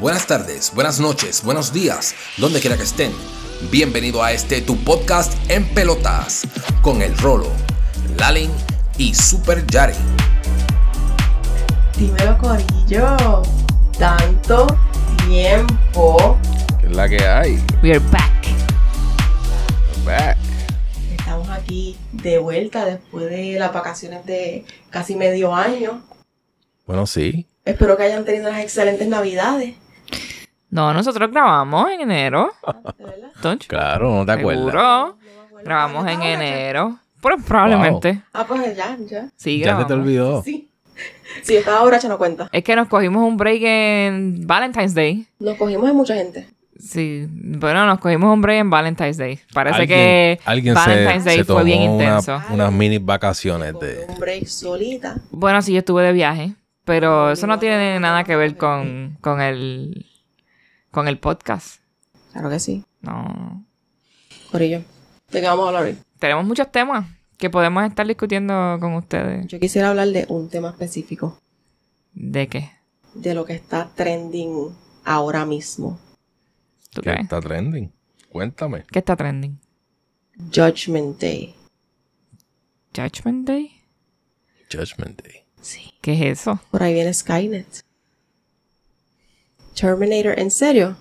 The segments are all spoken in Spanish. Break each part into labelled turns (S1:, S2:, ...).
S1: Buenas tardes, buenas noches, buenos días, donde quiera que estén. Bienvenido a este tu podcast en pelotas con el Rolo, Lalin y Super Yari.
S2: Dímelo, Corillo. Tanto tiempo.
S3: que es la que hay.
S4: We're back.
S3: Back.
S2: Estamos aquí de vuelta después de las vacaciones de casi medio año.
S3: Bueno, sí.
S2: Espero que hayan tenido unas excelentes navidades.
S4: No, nosotros grabamos en enero.
S2: ¿De verdad?
S4: Tonch.
S3: Claro, no te acuerdas.
S4: Seguro.
S2: No me acuerdo.
S4: Oh, Grabamos en
S2: Ah, ya.
S4: enero. Pro- probablemente.
S2: Ah, pues ya, ya.
S3: Ya
S4: Sí,
S3: se te
S4: grabamos.
S3: olvidó.
S2: Sí. Sí, estaba borracha, no cuenta.
S4: Es que nos cogimos un break en Valentine's Day.
S2: Nos cogimos de mucha gente.
S4: Sí, bueno, nos cogimos un break en Valentine's Day. Parece
S3: Alguien-
S4: que
S3: alguien se-
S4: Valentine's
S3: se
S4: Day fue
S3: tomó
S4: bien
S3: una-
S4: intenso.
S3: Unas mini vacaciones de.
S2: Con un break solita.
S4: Bueno, sí, yo estuve de viaje, pero
S2: Ay,
S4: eso no
S2: no.
S4: tiene nada que ver con, con el con el podcast.
S2: Claro que sí.
S4: No.
S2: Corillo. ¿De qué vamos a hablar hoy?
S4: Tenemos muchos temas que podemos estar discutiendo con ustedes.
S2: Yo quisiera hablar de un tema específico.
S4: ¿De qué?
S2: De lo que está trending ahora mismo.
S4: ¿Tú
S3: que
S4: crees?
S3: está trending. Cuéntame.
S4: ¿Qué está trending?
S2: Judgment Day.
S4: ¿Judgment Day?
S3: Judgment Day.
S2: Sí.
S4: ¿Qué es eso?
S2: Por ahí viene Skynet. Terminator, ¿en serio?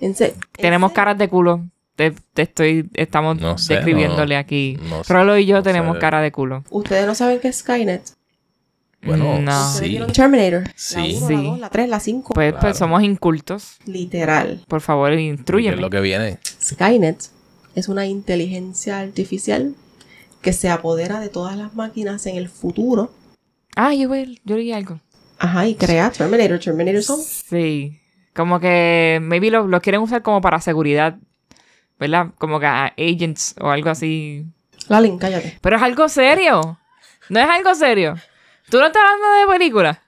S2: ¿En se- en
S4: Tenemos
S2: serio?
S4: caras de culo. Te, te estoy, estamos
S3: No sé,
S4: describiéndole
S3: no-
S4: aquí.
S3: no sé,
S4: Rolo y yo
S3: no
S4: tenemos
S3: sé.
S4: cara de culo. Mm,
S2: ¿Ustedes no saben qué es Skynet?
S3: Bueno,
S4: No.
S2: ¿Ustedes
S3: sí.
S2: vieron Terminator.
S3: Sí.
S2: La 1,
S4: Ah. Sí.
S2: la 2, la 3, la 5.
S4: Pues,
S3: Claro.
S4: pues somos incultos.
S2: Literal.
S4: Por favor,
S3: ¿Qué es
S4: instruyeme.
S3: lo que viene?
S2: Skynet es una inteligencia artificial que se apodera de todas las máquinas en el futuro.
S4: Ah, yo, voy- yo leí algo.
S2: Ajá, y crea Terminator. Terminator son
S4: Sí. Como que maybe los lo quieren usar como para seguridad. ¿Verdad? Como que a agents o algo así.
S2: Lalin, cállate.
S4: Pero es algo serio. No es algo serio. ¿Tú no estás hablando de películas?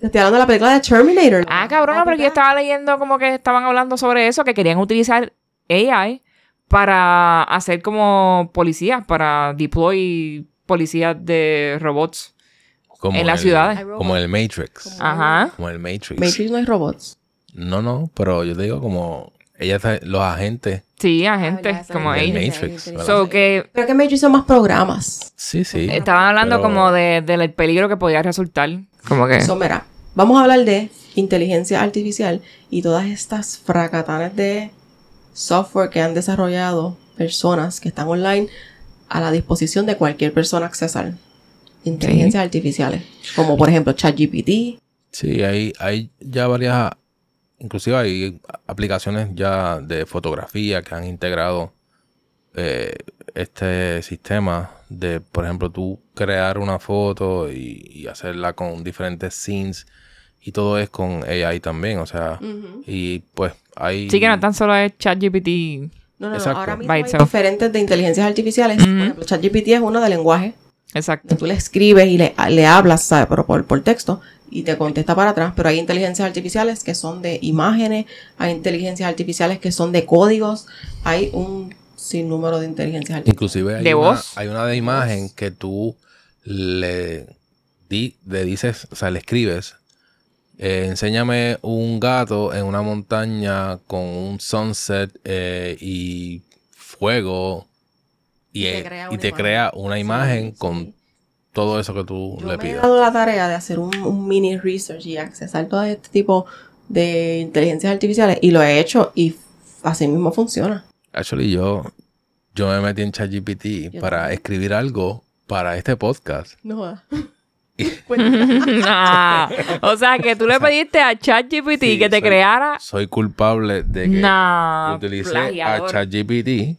S2: Te estoy hablando de la película de Terminator.
S4: Ah, cabrón, pero yo estaba leyendo como que estaban hablando sobre eso, que querían utilizar AI para hacer como policías, para deploy policías de robots.
S3: Como
S4: En las
S3: el-
S4: ciudades.
S3: Como en el Matrix.
S4: Ajá.
S3: Como en el Matrix.
S2: Matrix no es robots.
S3: No, no, pero yo te digo como. Ella está, los agentes.
S4: Sí, a gente,
S2: verdad, esa
S4: como
S3: es
S4: AI.
S3: verdad. Matrix, ¿verdad?
S4: So que
S2: Creo que Matrix son más programas.
S3: Sí, sí.
S4: estaban hablando
S3: pero-
S4: como de, del peligro que podía resultar. Como que.
S2: So, mira, vamos a hablar de inteligencia artificial y todas estas fracatanes de software que han desarrollado personas que están online a la disposición de cualquier persona accesar. Inteligencias artificiales, como por ejemplo ChatGPT.
S3: Sí, hay, hay ya varias, inclusive hay aplicaciones ya de fotografía que han integrado eh, este sistema de, por ejemplo, tú crear una foto y, y hacerla con diferentes scenes y todo es con AI también, o sea, y pues hay...
S4: Sí, que no tan solo es ChatGPT.
S2: No, no, no,
S3: Exacto.
S2: ahora mismo
S4: By
S2: hay
S4: itself.
S2: diferentes de inteligencias artificiales. Por
S4: Ujú.
S2: ejemplo, ChatGPT es uno de lenguaje.
S4: Exacto.
S2: donde tú le escribes y le, le hablas, ¿sabes? Pero por, por texto y te contesta para atrás. Pero hay inteligencias artificiales que son de imágenes, hay inteligencias artificiales que son de códigos, hay un sinnúmero de inteligencias artificiales.
S3: Inclusive hay,
S4: ¿De
S3: una,
S4: voz?
S3: hay una de imagen que tú le, di- le dices, o sea, le escribes, eh, enséñame un gato en una montaña con un sunset eh, y fuego y, eh, y te crea una imagen, con
S2: Sí.
S3: todo eso que tú
S2: Yo
S3: le
S2: me he
S3: pidas.
S2: dado la tarea de hacer un, un mini research y accesar todo este tipo de inteligencias artificiales y lo he hecho y f- así mismo funciona.
S3: Actually, yo, yo me metí en ChatGPT
S2: Yo
S3: para
S2: también.
S3: escribir algo para este podcast.
S2: No jodas.
S4: Ah, o sea, que tú le pediste a ChatGPT
S3: Sí,
S4: que te
S3: soy-
S4: creara.
S3: Soy culpable de que
S4: Ah. Nah,
S3: utilicé
S4: plagiador.
S3: a ChatGPT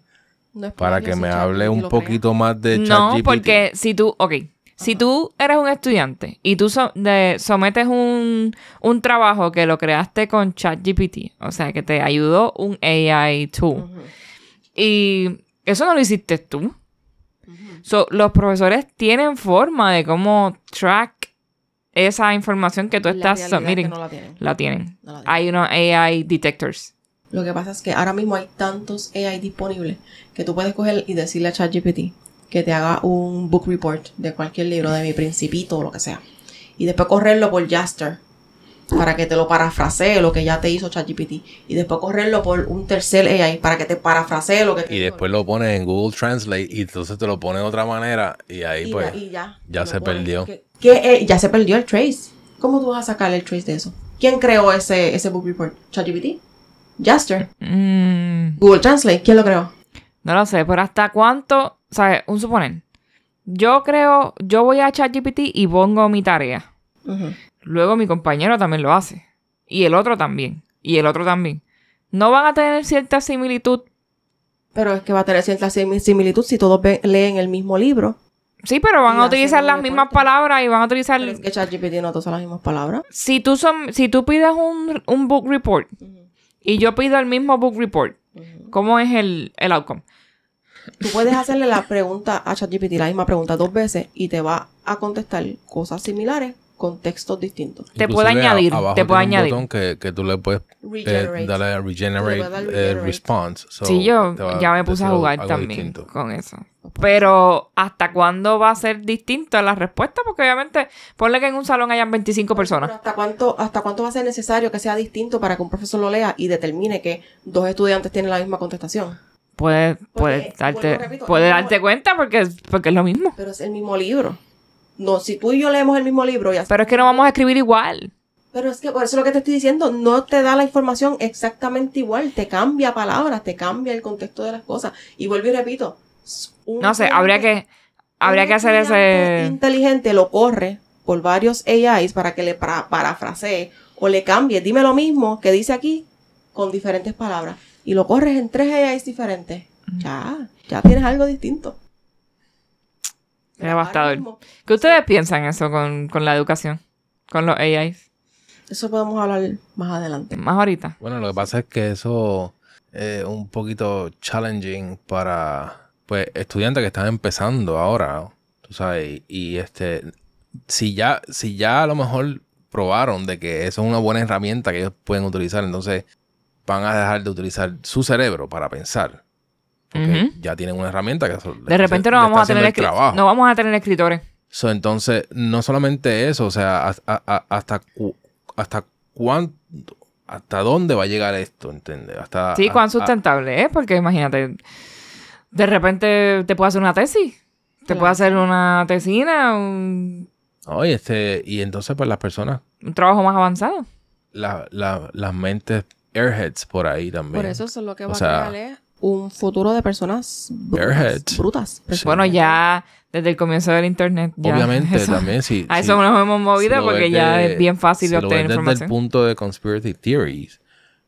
S2: No es
S3: para
S2: plagio,
S3: que
S2: si
S3: me
S2: ChatGPT
S3: hable un
S2: lo crea.
S3: poquito más de ChatGPT.
S4: No, porque si tú, ok, si tú eres un estudiante y tú so- de- sometes un, un trabajo que lo creaste con ChatGPT, o sea, que te ayudó un AI tool,
S2: Ujú,
S4: y eso no lo hiciste tú.
S2: ujú.
S4: So, los profesores tienen forma de cómo track esa información que tú
S2: La
S4: estás
S2: realidad es que
S4: submitting.
S2: no la tienen.
S4: La tienen.
S2: No la tienen.
S4: Hay unos AI detectors.
S2: Lo que pasa es que ahora mismo hay tantos AI disponibles que tú puedes coger y decirle a ChatGPT que te haga un book report de cualquier libro, de mi principito o lo que sea. Y después correrlo por Jaster. para que te lo parafrasee lo que ya te hizo ChatGPT y después correrlo por un tercer AI para que te parafrasee lo que te
S3: Y
S2: hizo.
S3: después lo pones en Google Translate y entonces te lo pone de otra manera y ahí
S2: Y
S3: pues
S2: ya, y ya,
S3: ya
S2: Lo
S3: se
S2: pones.
S3: perdió.
S2: ¿Qué- qué, eh, ya se perdió el trace. ¿Cómo tú vas a sacar el trace de eso? ¿Quién creó ese, ese book report? ¿ChatGPT? Jaster.
S4: Mm,
S2: Google Translate. ¿Quién lo creó?
S4: no lo sé, pero hasta cuánto, ¿sabes? Un suponer. Yo creo, yo voy a ChatGPT y pongo mi tarea.
S2: Ujú.
S4: Luego mi compañero también lo hace. Y el otro también. Y el otro también. No van a tener cierta similitud.
S2: Pero es que va a tener cierta simi- similitud si todos ve- leen el mismo libro.
S4: Sí, pero
S2: Y
S4: van a
S2: hacen
S4: utilizar
S2: un
S4: las mismas
S2: reporte.
S4: palabras y van a utilizar...
S2: Pero es que ChatGPT no todas las mismas palabras.
S4: Si tú, son, si tú pides un, un book report y yo pido el mismo book report, ¿cómo es el, el outcome?
S2: Tú puedes hacerle la pregunta a ChatGPT, la misma pregunta dos veces, y te va a contestar cosas similares con textos distintos.
S4: Te
S3: Inclusive,
S4: puede
S3: a-
S4: añadir,
S3: abajo
S4: te puede
S3: tiene un
S4: añadir.
S3: botón que, que tú le puedes eh,
S2: Regenerate.
S3: darle a regenerate,
S2: Tú le puedes dar
S3: eh,
S2: regenerate.
S3: response. So,
S4: sí, yo
S3: te va
S4: ya me
S3: a
S4: puse a
S3: decir
S4: jugar
S3: algo
S4: también
S3: distinto.
S4: con eso. Pero, ¿hasta cuándo va a ser distinta la respuesta? Porque obviamente, ponle que en un salón hayan 25
S2: Pero
S4: personas.
S2: ¿Hasta cuánto, ¿Hasta cuánto va a ser necesario que sea distinto para que un profesor lo lea y determine que dos estudiantes tienen la misma contestación?
S4: Puede, puede
S2: vuelvo,
S4: darte,
S2: repito,
S4: puede
S2: no-
S4: darte cuenta porque, porque es lo mismo.
S2: Pero es el mismo libro. No, si tú y yo leemos el mismo libro y así-
S4: Pero es que no vamos a escribir igual.
S2: Pero es que por eso es lo que te estoy diciendo, no te da la información exactamente igual, te cambia palabras, te cambia el contexto de las cosas. Y vuelvo y repito. s- un
S4: No sé,
S2: estudiante-
S4: habría que, habría
S2: un
S4: que hacer
S2: estudiante
S4: ese...
S2: inteligente lo corre por varios AIs para que le pra- parafrasee o le cambie. Dime lo mismo que dice aquí con diferentes palabras. Y lo corres en tres AIs diferentes. Ya, ya tienes algo distinto.
S4: Era bastador.
S2: Ahora mismo,
S4: ¿Qué ustedes piensan eso con, con la educación? Con los AIs.
S2: Eso podemos hablar más adelante.
S4: Más ahorita.
S3: Bueno, lo que pasa es que eso es un poquito challenging para pues estudiantes que están empezando ahora, tú sabes, y, y, este si ya si ya a lo mejor probaron de que eso es una buena herramienta que ellos pueden utilizar, entonces van a dejar de utilizar su cerebro para pensar. Porque
S4: Ujú.
S3: ya tienen una herramienta que
S4: De repente no vamos a tener escri-
S3: trabajo.
S4: no vamos a tener escritores.
S3: So, entonces, no solamente eso, o sea, has- a- a- hasta, cu- hasta cuánto, hasta dónde va a llegar esto, ¿entiendes? Hasta,
S4: Sí,
S3: a-
S4: cuán
S3: a-
S4: sustentable es, porque imagínate, de repente te puede hacer una tesis, te
S2: Claro.
S4: puede hacer una tesina, un,
S3: Oye, este, y entonces, pues las personas,
S4: un trabajo más avanzado.
S3: la- la- las mentes airheads por ahí también.
S2: Por eso eso es lo que
S3: O
S2: va
S3: sea-
S2: a crear es un futuro de personas
S3: Airheads.
S2: brutas. brutas.
S3: Sí.
S4: Bueno, ya desde el comienzo del internet. ya
S3: Obviamente,
S4: eso-
S3: también, sí.
S4: A
S3: sí,
S4: eso nos hemos
S3: si
S4: movido
S3: lo
S4: porque
S3: ves
S4: ya
S3: de-
S4: es bien fácil
S3: si
S4: de
S3: lo ves
S4: obtener
S3: Desde
S4: información.
S3: el punto de conspiracy theories,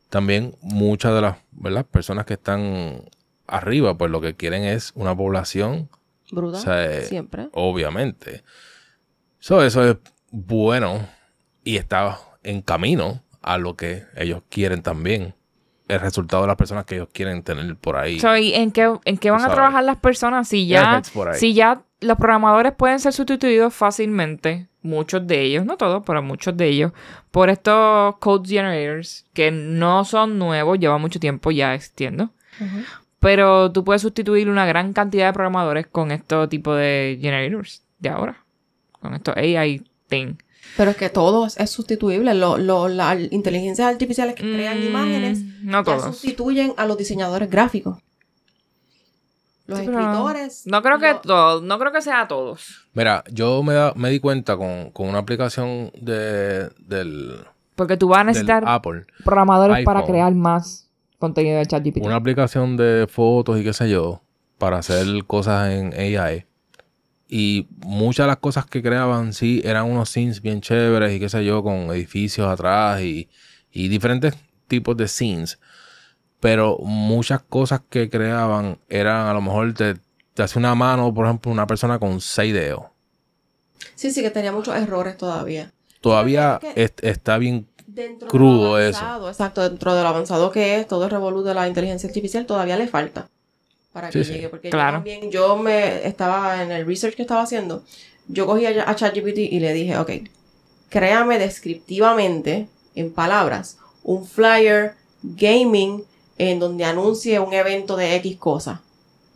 S3: también muchas de las ¿verdad? personas que están arriba, pues lo que quieren es una población
S2: Brutas.
S3: O sea, eh,
S2: siempre.
S3: obviamente. So, eso es bueno y está en camino a lo que ellos quieren también. El resultado de las personas que ellos quieren tener por ahí.
S4: So, ¿y en qué, en qué
S3: Tú
S4: van a
S3: sabes.
S4: trabajar las personas si ya,
S3: Airheads por ahí.
S4: si ya los programadores pueden ser sustituidos fácilmente? Muchos de ellos, no todos, pero muchos de ellos, por estos code generators que no son nuevos, lleva mucho tiempo ya existiendo.
S2: Ujú.
S4: Pero tú puedes sustituir una gran cantidad de programadores con estos tipos de generators de ahora. Con estos AI thing.
S2: Pero es que todo es, es sustituible. Lo- lo- las inteligencias artificiales que crean
S4: Mm,
S2: imágenes
S4: No
S2: ya
S4: todos.
S2: sustituyen a los diseñadores gráficos. Los
S4: Sí, pero
S2: escritores.
S4: No creo que
S2: lo-
S4: todos, no creo que sea a todos.
S3: Mira, yo me, da- me di cuenta con, con una aplicación de, del,
S4: Porque tú vas a
S3: del
S4: necesitar
S3: Apple.
S4: programadores para
S3: iPhone.
S4: crear más contenido de ChatGPT.
S3: Una aplicación de fotos y qué sé yo, para hacer cosas en AI. Y muchas de las cosas que creaban, sí, eran unos scenes bien chéveres y qué sé yo, con edificios atrás y, y diferentes tipos de scenes. Pero muchas cosas que creaban eran a lo mejor te, te hace una mano, por ejemplo, una persona con seis dedos.
S2: Sí, sí, que tenía muchos errores todavía.
S3: Todavía
S2: Pero es
S3: est-
S2: que-
S3: está bien
S2: Dentro de lo
S3: Crudo
S2: avanzado, Exacto, dentro de lo avanzado que es, todo el revolú de la inteligencia artificial todavía le falta para que
S3: Sí, sí.
S2: llegue. Porque yo
S4: Claro.
S2: también, yo me estaba en el research que estaba haciendo, yo cogí a, a ChatGPT y le dije, ok, créame descriptivamente, en palabras, un flyer gaming en donde anuncie un evento de X cosa.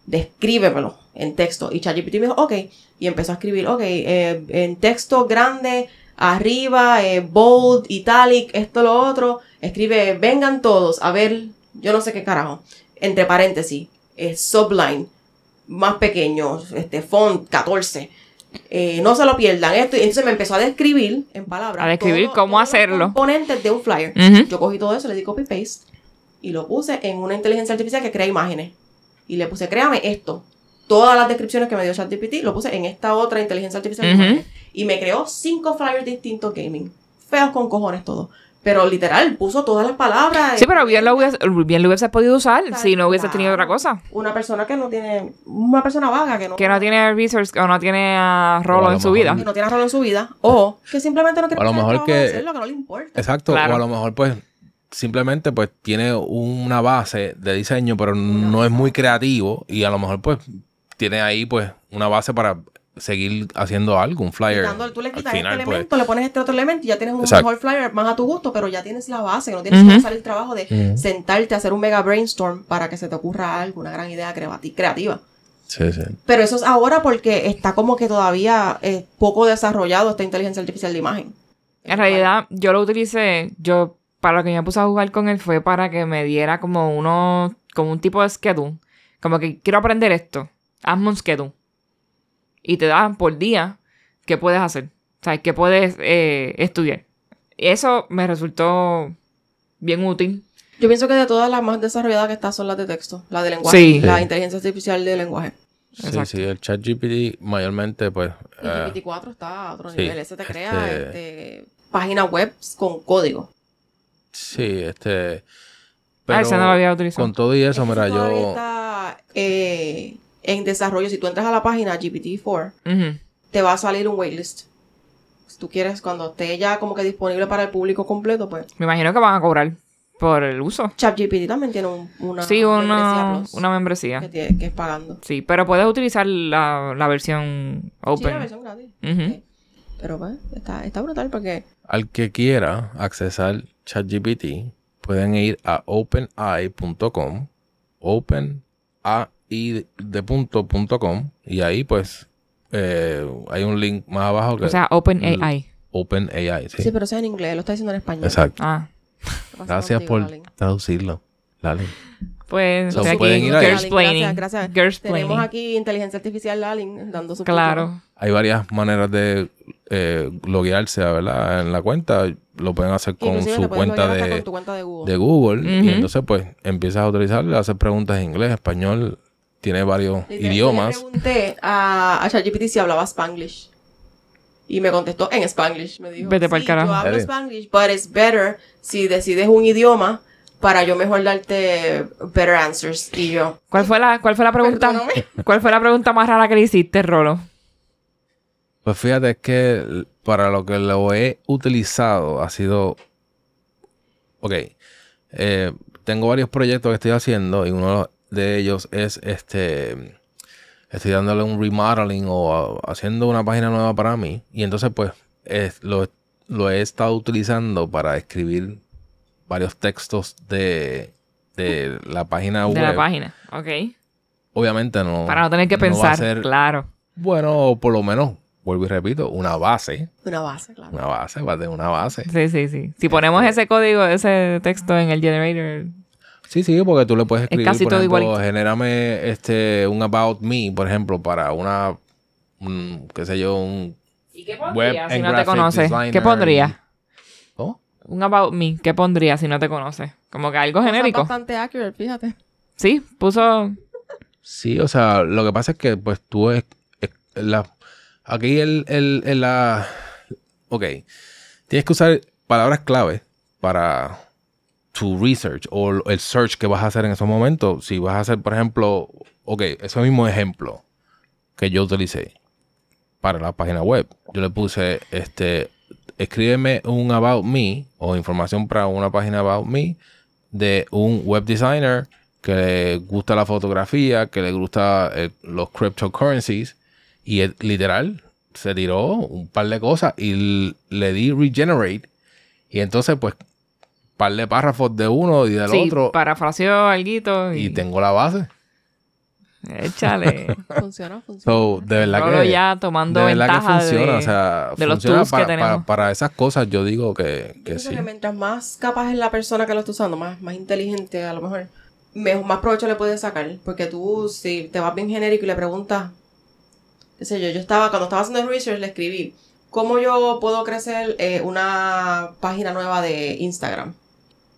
S2: Descríbemelo en texto. Y ChatGPT me dijo, ok, y empezó a escribir, ok, eh, en texto grande arriba, eh, bold, italic, esto, lo otro. Escribe, vengan todos, a ver, yo no sé qué carajo. Entre paréntesis, eh, subline, más pequeño, este, font 14. Eh, no se lo pierdan. Esto, y entonces me empezó a describir en palabras.
S4: A describir cómo
S2: los
S4: hacerlo.
S2: componentes de un flyer.
S4: Ujú.
S2: Yo cogí todo eso, le di copy paste y lo puse en una inteligencia artificial que crea imágenes. Y le puse, créame esto. Todas las descripciones que me dio ChatGPT lo puse en esta otra inteligencia artificial. de
S4: Ujú.
S2: imágenes. Y me creó cinco flyers distintos gaming. Feos con cojones todo. Pero literal, puso todas las palabras.
S4: Sí, pero bien lo, hubiese, bien lo hubiese podido usar si no hubiese tenido otra
S2: Claro.
S4: cosa.
S2: Una persona que no tiene. Una persona vaga que no.
S4: Que no tiene research o no tiene a
S3: O a
S4: Rolo
S3: lo
S4: en su
S3: mejor-
S4: vida.
S2: que no tiene rol en su vida. O que simplemente no quiere
S3: O a lo
S2: pasar el
S3: mejor
S2: trabajo de
S3: que-
S2: hacerlo, que no le importa.
S3: Exacto.
S4: Claro.
S3: O a lo mejor, pues, simplemente, pues, tiene una base de diseño, pero no es muy creativo. Y a lo mejor, pues, tiene ahí, pues, una base para seguir haciendo algo, un flyer.
S2: Quitando- tú le
S3: Al
S2: quitas
S3: final,
S2: este
S3: pues,
S2: elemento, le pones este otro elemento y ya tienes un
S3: Exacto.
S2: mejor flyer más a tu gusto, pero ya tienes la base, que no tienes
S4: Ujú.
S2: que hacer el trabajo de
S3: Ujú.
S2: sentarte a hacer un mega brainstorm para que se te ocurra algo, una gran idea creati- creativa.
S3: Sí, sí.
S2: Pero eso es ahora porque está como que todavía eh, poco desarrollado esta inteligencia artificial de imagen.
S4: En realidad, yo lo utilicé, yo, para lo que me puse a jugar con él fue para que me diera como uno, como un tipo de schedule. Como que quiero aprender esto. Hazme un schedule. Y te dan por día qué puedes hacer. O sea, qué puedes eh, estudiar. Eso me resultó bien útil.
S2: Yo pienso que de todas las más desarrolladas que están son las de texto, la de lenguaje,
S4: Sí.
S2: la
S3: Sí.
S2: inteligencia artificial de lenguaje.
S4: Exacto.
S3: Sí, sí, el chat GPT mayormente, pues...
S2: Y
S3: eh,
S2: 24 está a otro
S3: sí.
S2: nivel, ese te crea
S3: Este-
S2: este, páginas web con código.
S3: sí, este...
S4: Ah, ese no lo había utilizado.
S3: con todo y eso,
S2: Es que
S3: mira,
S2: todavía
S3: yo...
S2: está, eh, en desarrollo. Si tú entras a la página GPT-4,
S4: Ujú.
S2: te va a salir un waitlist. Si tú quieres, cuando esté ya como que disponible para el público completo, pues
S4: Me imagino que van a cobrar por el uso.
S2: ChatGPT también tiene un- una
S4: sí,
S2: membresía
S4: una,
S2: Plus
S4: una membresía.
S2: que, tiene- que es pagando.
S4: Sí, pero puedes utilizar la, la versión
S2: Sí, la
S4: open.
S2: versión gratis.
S4: Ujú.
S2: Sí. Pero pues, está, está brutal porque
S3: Al que quiera accesar ChatGPT, pueden ir a openai.com, openai de punto punto com, y ahí pues eh, hay un link más abajo que
S4: O sea,
S3: Mm.
S4: OpenAI.
S3: OpenAI. Sí.
S2: sí. pero sea en inglés, lo está diciendo en español.
S3: Exacto.
S4: Ah,
S2: ¿Qué pasa
S3: Gracias
S2: contigo,
S3: por
S2: Lalín?
S3: traducirlo. Lali.
S4: pues
S3: So,
S4: estoy aquí
S3: pueden ir ahí.
S4: girlsplaining.
S2: Gracias, gracias. Tenemos
S4: Girlsplaining.
S2: aquí inteligencia artificial Lalin dando su
S4: Claro.
S3: Hay varias maneras de eh, loguearse ¿verdad? en la cuenta. Lo pueden hacer
S2: punto.
S3: con
S2: Inclusive
S3: su
S2: te puedes
S3: cuenta
S2: loguear hasta
S3: de,
S2: con tu cuenta de Google.
S3: de Google y
S4: Ujú.
S3: entonces pues empiezas a utilizar, le haces preguntas en inglés, español, tiene varios
S2: Literal,
S3: idiomas.
S2: Yo le pregunté a, a ChatGPT si hablaba Spanglish. Y me contestó en Spanglish. Me dijo,
S4: Vete pa'l
S2: "Sí,
S4: carajo".
S2: yo hablo
S3: Está bien.
S2: Spanglish, but it's better si decides un idioma para yo mejor darte better answers. Y yo,
S4: ¿Cuál fue la, cuál fue la pregunta?
S2: perdóname.
S4: ¿Cuál fue la pregunta más rara que le hiciste, Rolo?
S3: Pues fíjate, es que l- para lo que lo he utilizado ha sido... Ok, eh, tengo varios proyectos que estoy haciendo y uno de ellos es este... Estoy dándole un remodeling o a- haciendo una página nueva para mí y entonces pues es- lo, lo he estado utilizando para escribir varios textos de, de la página web.
S4: De la página. Ok.
S3: Obviamente no.
S4: Para no tener que
S3: no va a
S4: pensar.
S3: ser-
S4: Claro.
S3: Bueno, o por lo menos, vuelvo y repito, una base.
S2: Una base, claro.
S3: Una base, va a tener una base.
S4: Sí, sí, sí. Si ponemos
S3: Este.
S4: ese código, ese texto en el generator.
S3: Sí, sí, porque tú le puedes escribir,
S4: casi
S3: por
S4: todo
S3: ejemplo,
S4: igualito.
S3: genérame este, un About Me, por ejemplo, para una, un, qué sé yo, un...
S4: ¿Y qué
S3: pondrías Web
S4: si
S3: and
S4: no te
S3: graphic
S4: conoces? ¿Qué
S3: designer.
S4: pondrías?
S3: ¿Cómo?
S4: Un about me. ¿Qué pondrías si no te conoces? Como que algo
S2: Cosa
S4: genérico.
S2: bastante accurate, fíjate.
S4: Sí, puso
S3: Sí, o sea, lo que pasa es que pues tú es, es- la, aquí el, el, el- la ok. Tienes que usar palabras clave para tu research o el search que vas a hacer en esos momentos. Si vas a hacer, por ejemplo, ok, ese mismo ejemplo que yo utilicé para la página web. Yo le puse este escríbeme un about me o información para una página about me de un web designer que le gusta la fotografía, que le gusta eh, los cryptocurrencies y él, literal se tiró un par de cosas y l- le di regenerate y entonces pues par de párrafos de uno y del
S4: sí,
S3: otro
S4: parafraseó alguito. Y,
S3: y tengo la base.
S4: Échale.
S2: Funciona, funciona.
S3: So, de verdad
S4: Rolo
S3: que.
S4: ya tomando
S3: de verdad que
S4: ventaja
S3: funciona.
S4: de...
S3: o sea,
S4: de los
S3: funciona
S4: tools que
S3: para,
S4: tenemos.
S3: para- para esas cosas, yo digo que,
S2: Yo
S3: que
S2: pienso
S3: sí.
S2: que mientras más capaz es la persona que lo está usando, más, más inteligente a lo mejor, mejor, más provecho le puedes sacar. Porque tú, si te vas bien genérico y le preguntas, qué sé yo, yo estaba, cuando estaba haciendo el research, le escribí, ¿cómo yo puedo crecer eh, una página nueva de Instagram?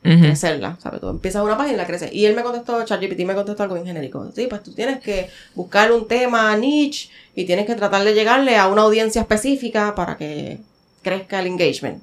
S4: Ujú.
S2: Crecerla, ¿sabes? Tú empiezas una página y la creces. Y él me contestó, ChatGPT me contestó algo bien genérico. Sí, pues tú tienes que buscar un tema niche y tienes que tratar de llegarle a una audiencia específica para que crezca el engagement.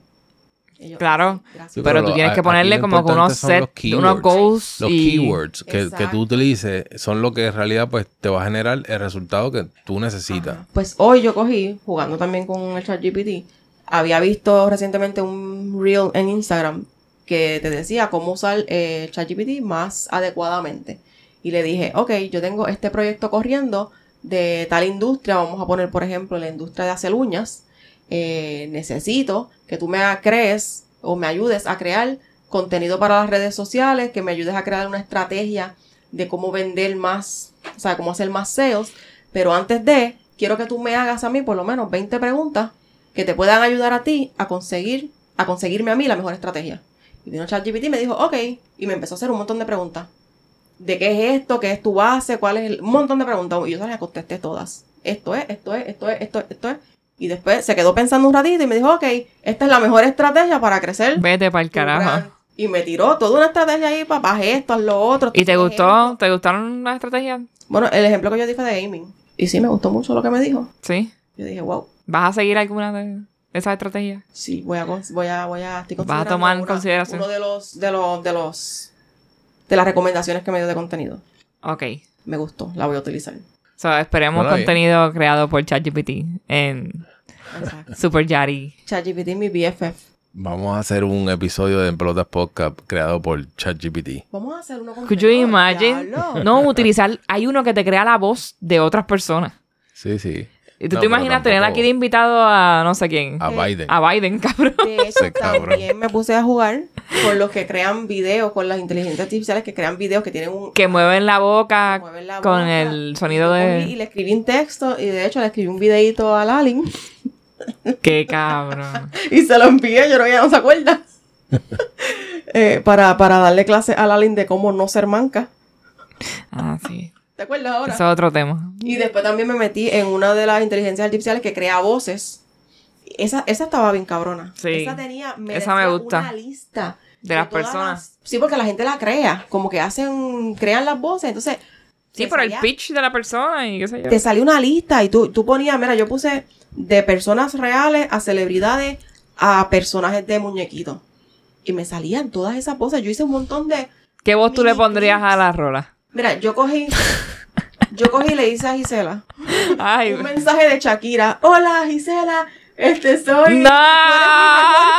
S2: Y yo,
S4: Claro.
S2: "Sí, gracias".
S3: Sí,
S4: Pero
S3: lo-
S4: tú tienes
S3: a-
S4: que
S3: aquí
S4: ponerle
S3: lo
S4: como que unos
S3: importante son
S4: set,
S3: los keywords.
S4: unos goals
S3: Los
S4: y...
S3: keywords que, que
S2: Exacto.
S3: tú utilices son lo que en realidad pues te va a generar el resultado que tú necesitas.
S2: Ajá. Pues hoy yo cogí, jugando también con el ChatGPT, había visto recientemente un reel en Instagram que te decía cómo usar eh, ChatGPT más adecuadamente. Y le dije, ok, yo tengo este proyecto corriendo de tal industria, vamos a poner por ejemplo la industria de hacer uñas, Eh, necesito que tú me hagas- crees o me ayudes a crear contenido para las redes sociales, que me ayudes a crear una estrategia de cómo vender más, o sea, cómo hacer más sales, pero antes de, quiero que tú me hagas a mí por lo menos 20 preguntas que te puedan ayudar a ti a conseguir, a conseguirme a mí la mejor estrategia. Y vino ChatGPT y me dijo, ok, y me empezó a hacer un montón de preguntas. ¿De qué es esto? ¿Qué es tu base? ¿Cuál es el...? Un montón de preguntas. Y yo se las contesté todas. Esto es, esto es, esto es, esto es, esto es. Y después se quedó pensando un ratito y me dijo, ok, esta es la mejor estrategia para crecer.
S4: Vete para el
S2: tu brand.
S4: carajo.
S2: Y me tiró toda una estrategia ahí, papá, haz esto, haz lo otro.
S4: ¿Y te
S2: haz
S4: gustó? ¿Te gustaron las estrategias?
S2: bueno, el ejemplo que yo di fue de gaming. Y sí, me gustó mucho lo que me dijo.
S4: Sí.
S2: Yo dije, wow,
S4: ¿Vas a seguir alguna de esas estrategias?
S2: sí, voy a, cons- voy a, voy a, estoy
S4: Vas a
S2: considerando
S4: tomar en
S2: una-
S4: consideración.
S2: Uno de los, de los, de los, de las recomendaciones que me dio de contenido.
S4: Ok.
S2: Me gustó, la voy a utilizar.
S4: So, esperemos
S3: Suena bien.
S4: contenido creado por ChatGPT en
S2: Exacto.
S4: Super Yari.
S2: ChatGPT, mi BFF.
S3: Vamos a hacer un episodio de Pelotas Podcast creado por ChatGPT.
S2: Vamos a hacer uno con
S4: Could you
S2: Fernando,
S4: imagine?
S2: diablo.
S4: No utilizar. Hay uno que te crea la voz de otras personas.
S3: Sí, sí.
S4: Y tú
S3: No, pero
S4: te imaginas tener
S3: tampoco-
S4: aquí de invitado a no sé quién.
S3: A
S2: Eh,
S3: Biden.
S4: A Biden, cabrón.
S2: De hecho,
S3: Ese cabrón.
S2: también me puse a jugar con los que crean videos, con las inteligencias artificiales que crean videos que tienen un...
S4: Que mueven la boca
S2: mueven la
S4: con
S2: boca.
S4: el sonido
S2: Y
S4: de.
S2: le escribí un texto y de hecho le escribí un videito a Lalin
S4: Qué cabrón.
S2: y se lo envié, yo creo que ella no se acuerda. Eh, para, para darle clase a Lalin de cómo no ser manca.
S4: Ah, sí.
S2: ¿Te acuerdas ahora?
S4: Eso es otro tema.
S2: Y después también me metí en una de las inteligencias artificiales que crea voces. Esa, esa estaba bien cabrona.
S4: Sí.
S2: Esa tenía me
S4: Esa me
S2: decía
S4: gusta.
S2: una lista
S4: De las
S2: todas
S4: personas.
S2: las- sí, porque la gente la crea. Como que hacen, crean las voces. Entonces,
S4: Sí,
S2: te
S4: por el
S2: salía-
S4: pitch de la persona y qué sé yo.
S2: te salió una lista y tú, tú ponías, mira, yo puse de personas reales a celebridades a personajes de muñequitos. Y me salían todas esas cosas. Yo hice un montón de.
S4: ¿Qué voz tú le
S2: Mini
S4: pondrías
S2: clips.
S4: a la rola?
S2: Mira, yo cogí. Yo cogí y le hice a Gisela
S4: Ay,
S2: un mensaje de Shakira. Hola, Gisela, este soy.
S4: ¡No!
S2: tú eres mi mejor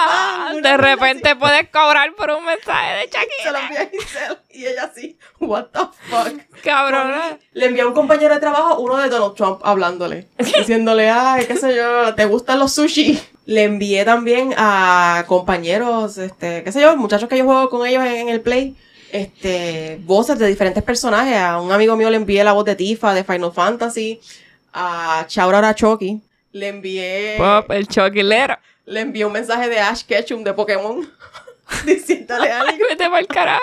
S2: fan, una
S4: De
S2: cosa
S4: repente puedes cobrar por un mensaje de
S2: así. Se lo
S4: Shakira.
S2: envié a Gisela y ella así, what the fuck.
S4: Cabrón.
S2: Le envié a un compañero de trabajo uno de Donald Trump hablándole, diciéndole, ay, qué sé yo, ¿te gustan los sushi? Le envié también a compañeros, este, qué sé yo, muchachos que yo juego con ellos en el play, este, voces de diferentes personajes. A un amigo mío le envié la voz de Tifa de Final Fantasy, a Chaurara Chucky. Le envié,
S4: Pop, el choquilero.
S2: le envié un mensaje de Ash Ketchum de Pokémon diciéndole
S4: Ay,
S2: algo.
S4: vete pa'l carajo.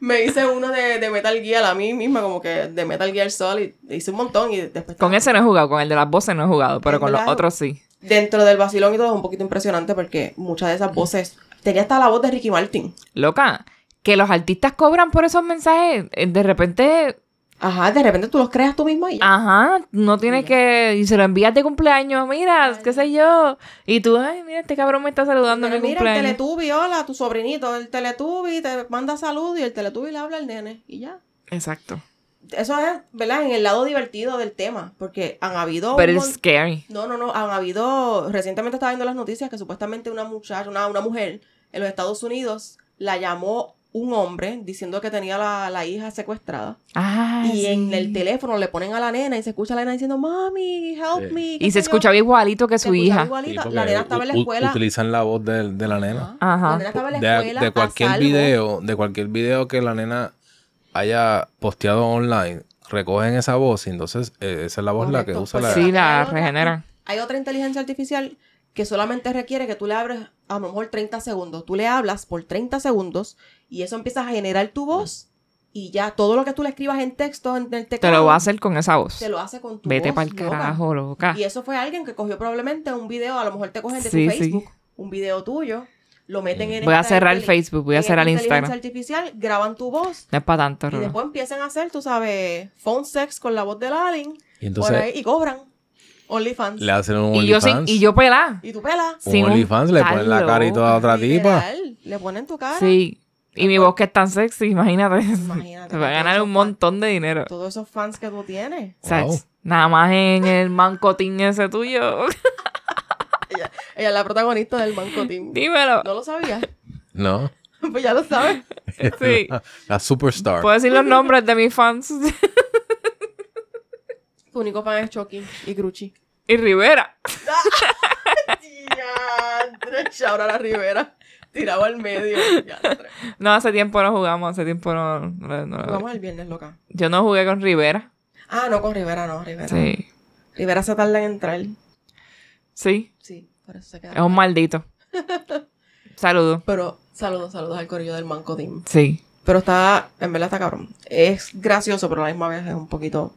S2: Me hice uno de, de Metal Gear a mí misma, como que de Metal Gear Solid. Hice un montón y después.
S4: Con ese no he jugado, con el de las voces no he jugado, pero con los
S2: ¿Verdad?
S4: otros sí.
S2: Dentro del vacilón y todo es un poquito impresionante porque muchas de esas voces. Tenía hasta la voz de Ricky Martin.
S4: Loca, que los artistas cobran por esos mensajes, eh, de repente,
S2: Ajá, de repente tú los creas tú misma
S4: Ah,
S2: y.
S4: ajá, no tienes que. Y se lo envías de cumpleaños, mira, qué sé yo. Y tú, ay, mira, este cabrón me está saludando en
S2: Mira,
S4: mi
S2: este mira el
S4: cumpleaños.
S2: Teletubi, hola, tu sobrinito. El Teletubi te manda salud y el Teletubi le habla al nene y ya.
S4: Exacto.
S2: Eso es, ¿verdad? En el lado divertido del tema, porque han habido. un
S4: Pero es
S2: mon-
S4: scary.
S2: No, no, no. Han habido. Recientemente estaba viendo las noticias que supuestamente una muchacha, una, una mujer en los Estados Unidos la llamó un hombre diciendo que tenía la, la hija secuestrada.
S4: Ay,
S2: y en el
S4: Ah, sí.
S2: teléfono le ponen a la nena y se escucha a la nena diciendo, mami, help
S3: Sí.
S2: me. qué
S4: Y se
S2: sé yo".
S4: escuchaba igualito que
S2: Se
S4: su
S2: escuchaba
S4: hija. Ah,
S2: igualita.
S3: Sí, porque
S2: la nena
S3: u-
S2: estaba en la
S3: u-
S2: escuela.
S3: Utilizan la voz de, de la nena.
S2: Ajá.
S4: Ajá.
S2: La nena estaba en la
S3: de,
S2: escuela.
S3: de
S2: a
S3: cualquier
S2: salvo.
S3: video, de cualquier video que la nena haya posteado online, recogen esa voz y entonces eh, esa es la voz la que
S2: Correcto,
S3: usa
S2: pues
S3: la...
S4: Sí, la
S2: Hay otra-
S4: regenera.
S2: Hay otra inteligencia artificial que solamente requiere que tú le abres a lo mejor 30 segundos. Tú le hablas por 30 segundos y eso empieza a generar tu voz y ya todo lo que tú le escribas en texto, en el
S4: Te
S2: teclado,
S4: lo va a hacer con esa voz.
S2: te lo hace con tu
S4: Vete
S2: voz,
S4: para el
S2: loca.
S4: carajo, loca.
S2: Y eso fue alguien que cogió probablemente un video, a lo mejor te cogen de
S4: Ah. Sí,
S2: tu
S4: sí.
S2: Facebook, un video tuyo, lo meten en
S4: Voy a
S2: esta
S4: cerrar el
S2: inteli-
S4: Facebook, voy a
S2: en esta
S4: cerrar el
S2: inteligencia
S4: Instagram.
S2: artificial, graban tu voz
S4: No es para tanto,
S2: y
S4: Rolo.
S2: después empiezan a hacer, tú sabes, phone sex con la voz de Lalin
S3: Y
S2: por
S3: entonces
S2: ahí y cobran OnlyFans.
S3: le hacen un
S4: Y yo, sin-
S3: OnlyFans.
S4: y yo pelá.
S2: Y tú pelas.
S3: un
S4: sin un
S3: OnlyFans, le ponen la
S4: talo.
S3: cara y toda a otra tipa.
S2: Literal, Le ponen tu cara.
S4: Sí. Y mi voz que es tan sexy, imagínate.
S2: Imagínate,
S4: Te va a ganar
S2: muchacho,
S4: un montón de dinero.
S2: Todos esos fans que tú tienes.
S4: O sea,
S3: Wow.
S4: Nada más en el mancotín ese tuyo.
S2: Ella es la protagonista del Banco Team.
S4: Dímelo.
S2: No lo sabía.
S3: No.
S2: pues ya lo sabes.
S4: Sí. Pues,
S3: La superstar.
S4: Puedo decir los nombres de mis fans.
S2: Tu único fan es Chucky y Gruchi.
S4: y Rivera.
S2: Diantre, Shaura Rivera. Tirado al medio. Diantre.
S4: No, hace tiempo no jugamos. Hace tiempo no, no- no-
S2: Vamos el viernes, loca.
S4: Yo no jugué con Rivera.
S2: Ah, no, con Rivera no, Rivera.
S4: Sí.
S2: Rivera se tarda en entrar.
S4: Sí.
S2: Sí, por eso se
S4: Es
S2: queda.
S4: un maldito. Saludos.
S2: Pero saludos, saludos al corillo del Banco Team.
S4: Sí.
S2: Pero está, en verdad está cabrón. Es gracioso, pero a la misma vez es un poquito,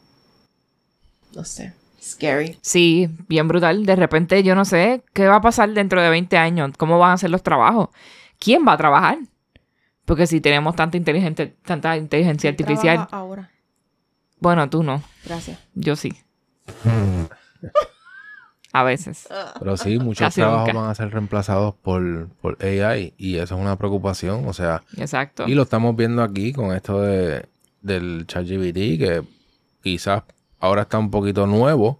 S2: no sé, scary.
S4: Sí, bien brutal. De repente yo no sé qué va a pasar dentro de 20 años, cómo van a ser los trabajos, quién va a trabajar. Porque si tenemos tanta inteligente, tanta inteligencia artificial,
S2: Trabaja ahora.
S4: bueno, tú no,
S2: Gracias.
S4: yo sí. a veces.
S2: Ah.
S3: Pero sí, muchos
S4: Casi
S3: trabajos
S4: nunca.
S3: van a ser reemplazados por, por AI y eso es una preocupación. O sea,
S4: Exacto.
S3: y lo estamos viendo aquí con esto de, del ChatGPT, que quizás ahora está un poquito nuevo,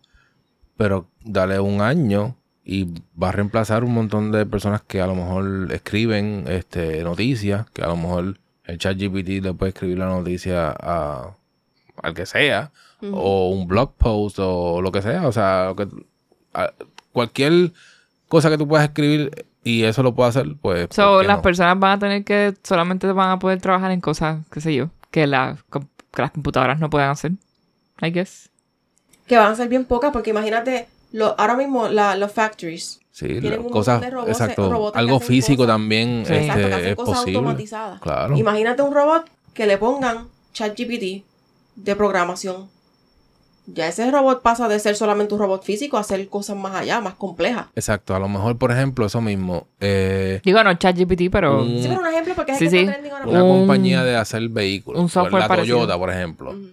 S3: pero dale un año y va a reemplazar un montón de personas que a lo mejor escriben este, noticias, que a lo mejor el ChatGPT le puede escribir la noticia a, al que sea
S4: Oh.
S3: o un blog post o lo que sea. O sea, lo que- a- cualquier cosa que tú puedas escribir y eso lo puedas hacer, pues. ¿por
S4: So,
S3: qué
S4: las
S3: no?
S4: personas van a tener que, solamente van a poder trabajar en cosas, qué sé yo, que, la- que las computadoras no puedan hacer. I guess.
S2: Que van a ser bien pocas, porque imagínate, lo, ahora mismo la- los factories.
S3: Sí,
S2: tienen
S3: la-
S2: un montón
S3: cosas.
S2: de robots-
S3: Exacto.
S2: robots que
S3: Algo
S2: hacen
S3: físico
S2: cosas.
S3: también
S4: Sí.
S3: este,
S2: Exacto, que hacen
S3: es
S2: cosas
S3: posible.
S2: automatizadas.
S3: Claro.
S2: Imagínate un robot que le pongan ChatGPT de programación. Ya ese robot pasa de ser solamente un robot físico a ser cosas más allá, más complejas.
S3: Exacto. A lo mejor, por ejemplo, eso mismo. eh,
S4: Digo, no ChatGPT, pero...
S3: un-
S2: Sí, pero un ejemplo porque es
S4: Sí,
S2: el que
S4: sí.
S2: está trending ahora
S3: una
S2: mismo.
S4: Un-
S3: compañía de hacer vehículos.
S4: un
S3: por
S4: software
S3: la
S4: parecido.
S3: Toyota, por ejemplo.
S2: Ujú.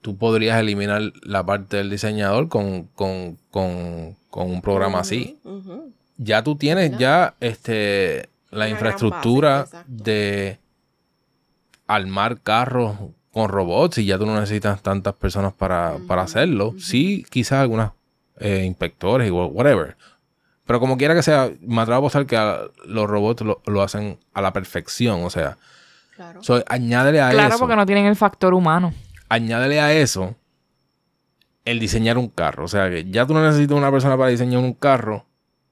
S3: Tú podrías eliminar la parte del diseñador con, con, con, con un
S2: Mm.
S3: programa así.
S2: Ujú.
S3: ya tú tienes ya este la
S2: Una gran
S3: infraestructura
S2: base, exacto.
S3: de armar carros con robots y ya tú no necesitas tantas personas para, para hacerlo. Sí, quizás algunas eh, inspectores y wha- whatever. Pero como quiera que sea, me atrevo a apostar que a- los robots lo, lo hacen a la perfección. O sea,
S2: Claro.
S3: so, añádele a
S4: Claro,
S3: eso.
S4: porque no tienen el factor humano.
S3: Añádele a eso el diseñar un carro. O sea, que ya tú no necesitas una persona para diseñar un carro.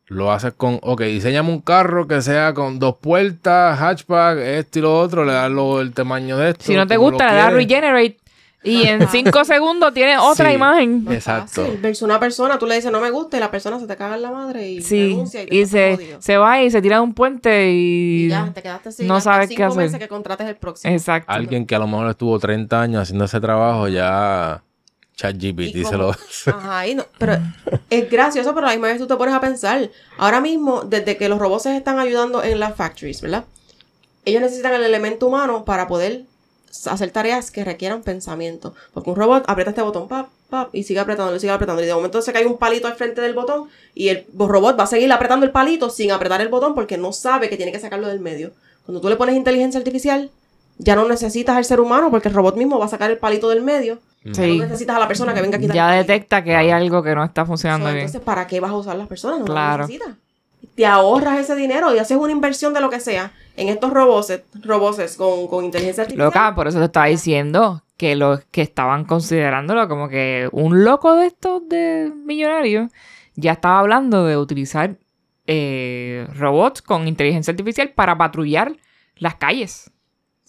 S3: Lo haces con, ok, diseñame un carro que sea con dos puertas, hatchback, esto y lo otro, le das lo- el tamaño de esto.
S4: Si no te
S3: como lo
S4: gusta, le das
S3: quieres.
S4: regenerate y en
S2: Ajá.
S4: 5 segundos tienes otra
S3: Sí.
S4: imagen.
S2: Más
S3: Exacto.
S2: fácil. Versus una persona, tú le dices no me gusta y la persona se te caga en la madre y
S4: Sí,
S2: denuncia y, te
S4: y
S2: pasa
S4: se,
S2: jodido.
S4: se va y se tira de un puente y...
S2: Y ya, te quedaste sin
S4: no
S2: hasta
S4: sabes
S2: cinco
S4: qué hacer.
S2: meses que contrates el próximo.
S4: Exacto.
S3: Alguien que a lo mejor estuvo 30 años haciendo ese trabajo, ya
S2: Y
S3: ChatGPT se
S2: como-
S3: lo...
S2: Ajá, y no- pero es gracioso, pero a la misma vez tú te pones a pensar. Ahora mismo, desde que los robots se están ayudando en las factories, ¿verdad? Ellos necesitan el elemento humano para poder s- hacer tareas que requieran pensamiento. Porque un robot aprieta este botón, pap, pap, y sigue apretándolo, y sigue apretando. Y de momento se cae un palito al frente del botón y el robot va a seguir apretando el palito sin apretar el botón porque no sabe que tiene que sacarlo del medio. Cuando tú le pones inteligencia artificial, ya no necesitas al ser humano porque el robot mismo va a sacar el palito del medio. Ya
S3: Mm.
S4: Sí.
S2: No necesitas a la persona que venga a quitar
S4: Ya
S2: el palito.
S4: detecta que hay algo que no está
S2: So,
S4: funcionando bien.
S2: entonces, ¿para qué vas a usar las personas? No
S4: Claro.
S2: las necesitas. Te ahorras ese dinero y haces una inversión de lo que sea en estos robots, robots con, con inteligencia artificial.
S4: Loca, por eso te estaba diciendo que los que estaban considerándolo como que un loco de estos de millonarios ya estaba hablando de utilizar eh, robots con inteligencia artificial para patrullar las calles.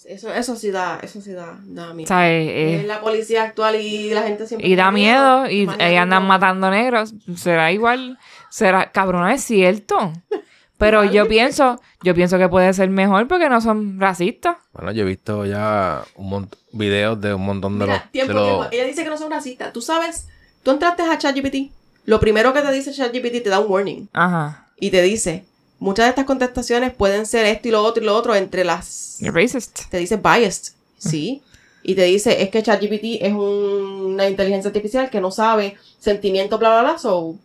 S2: Eso, eso sí da, eso sí da, da miedo.
S4: ¿Sabes?
S2: Es
S4: Eh,
S2: la policía actual y la gente siempre.
S4: y da miedo y
S2: Imagínate
S4: ahí andan
S2: cómo-
S4: matando negros. Será igual, será, cabrón, es cierto. Pero yo pienso, yo pienso que puede ser mejor porque no son racistas.
S3: Bueno, yo he visto ya un mont- videos de un montón de
S2: Mira,
S3: los...
S2: tiempo,
S3: de los-
S2: tiempo. Ella dice que no son racistas. Tú sabes, tú entraste a ChatGPT. Lo primero que te dice ChatGPT te da un warning.
S4: Ajá.
S2: Y te dice, muchas de estas contestaciones pueden ser esto y lo otro y lo otro entre las...
S4: Racist.
S2: Te dice biased, ¿sí? Y te dice, es que ChatGPT es un- una inteligencia artificial que no sabe sentimiento, bla, bla, bla, so...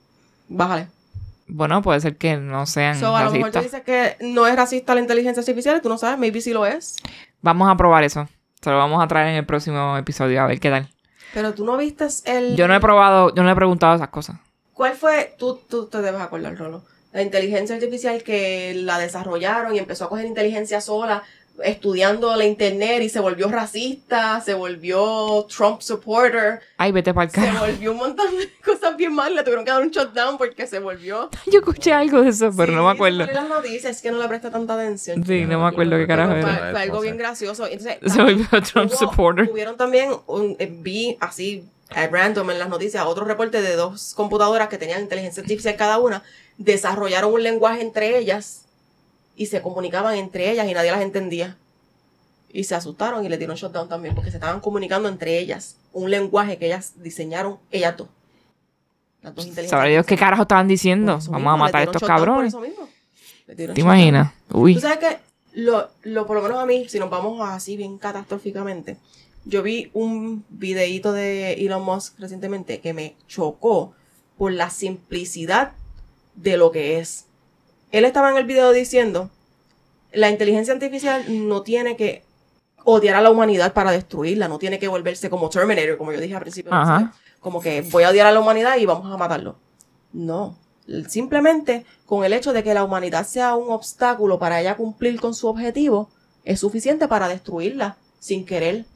S2: Bájale.
S4: Bueno, puede ser que no sean
S2: So, a lo mejor tú
S4: racistas.
S2: dices que no es racista la inteligencia artificial y tú no sabes, maybe sí lo es.
S4: Vamos a probar eso. Se lo vamos a traer en el próximo episodio a ver qué tal.
S2: Pero tú no vistes el...
S4: Yo no he probado, yo no he preguntado esas cosas.
S2: ¿Cuál fue, tú, tú te debes acordar, Rolo, la inteligencia artificial que la desarrollaron y empezó a coger inteligencia sola, estudiando la internet y se volvió racista, se volvió Trump supporter,
S4: Ay, vete para el
S2: se
S4: carro.
S2: volvió un montón de cosas bien mal, le tuvieron que dar un shutdown porque se volvió...
S4: Yo escuché algo de eso, pero
S2: Sí,
S4: no me acuerdo.
S2: sale en las noticias, es que no le presta tanta atención.
S4: Sí, no me acuerdo qué
S2: Pero
S4: carajo
S2: fue,
S4: era.
S2: fue algo bien gracioso. Entonces,
S4: Se volvió Trump
S2: Hubo-
S4: supporter.
S2: Tuvieron también, un, eh, vi así, at random en las noticias, otro reporte de dos computadoras que tenían inteligencia artificial cada una, desarrollaron un lenguaje entre ellas y se comunicaban entre ellas y nadie las entendía. Y se asustaron y le dieron shutdown también porque se estaban comunicando entre ellas. Un lenguaje que ellas diseñaron, ellas dos. Las dos inteligencias
S4: Sabrá Dios qué carajo estaban diciendo.
S2: por eso
S4: Vamos
S2: mismo,
S4: a
S2: le
S4: matar a
S2: dieron
S4: estos
S2: shutdown por
S4: cabrones.
S2: eso mismo. Le dieron
S4: ¿Te
S2: shutdown.
S4: imaginas?
S2: Tú
S4: Uy.
S2: sabes que lo, lo, por lo menos a mí, si nos vamos así bien catastróficamente, yo vi un videíto de Elon Musk recientemente que me chocó por la simplicidad de lo que es. Él estaba en el video diciendo, la inteligencia artificial no tiene que odiar a la humanidad para destruirla, no tiene que volverse como Terminator, como yo dije al principio. del episodio
S4: Ajá.
S2: como que voy a odiar a la humanidad y vamos a matarlo. No, simplemente con el hecho de que la humanidad sea un obstáculo para ella cumplir con su objetivo, es suficiente para destruirla sin querer.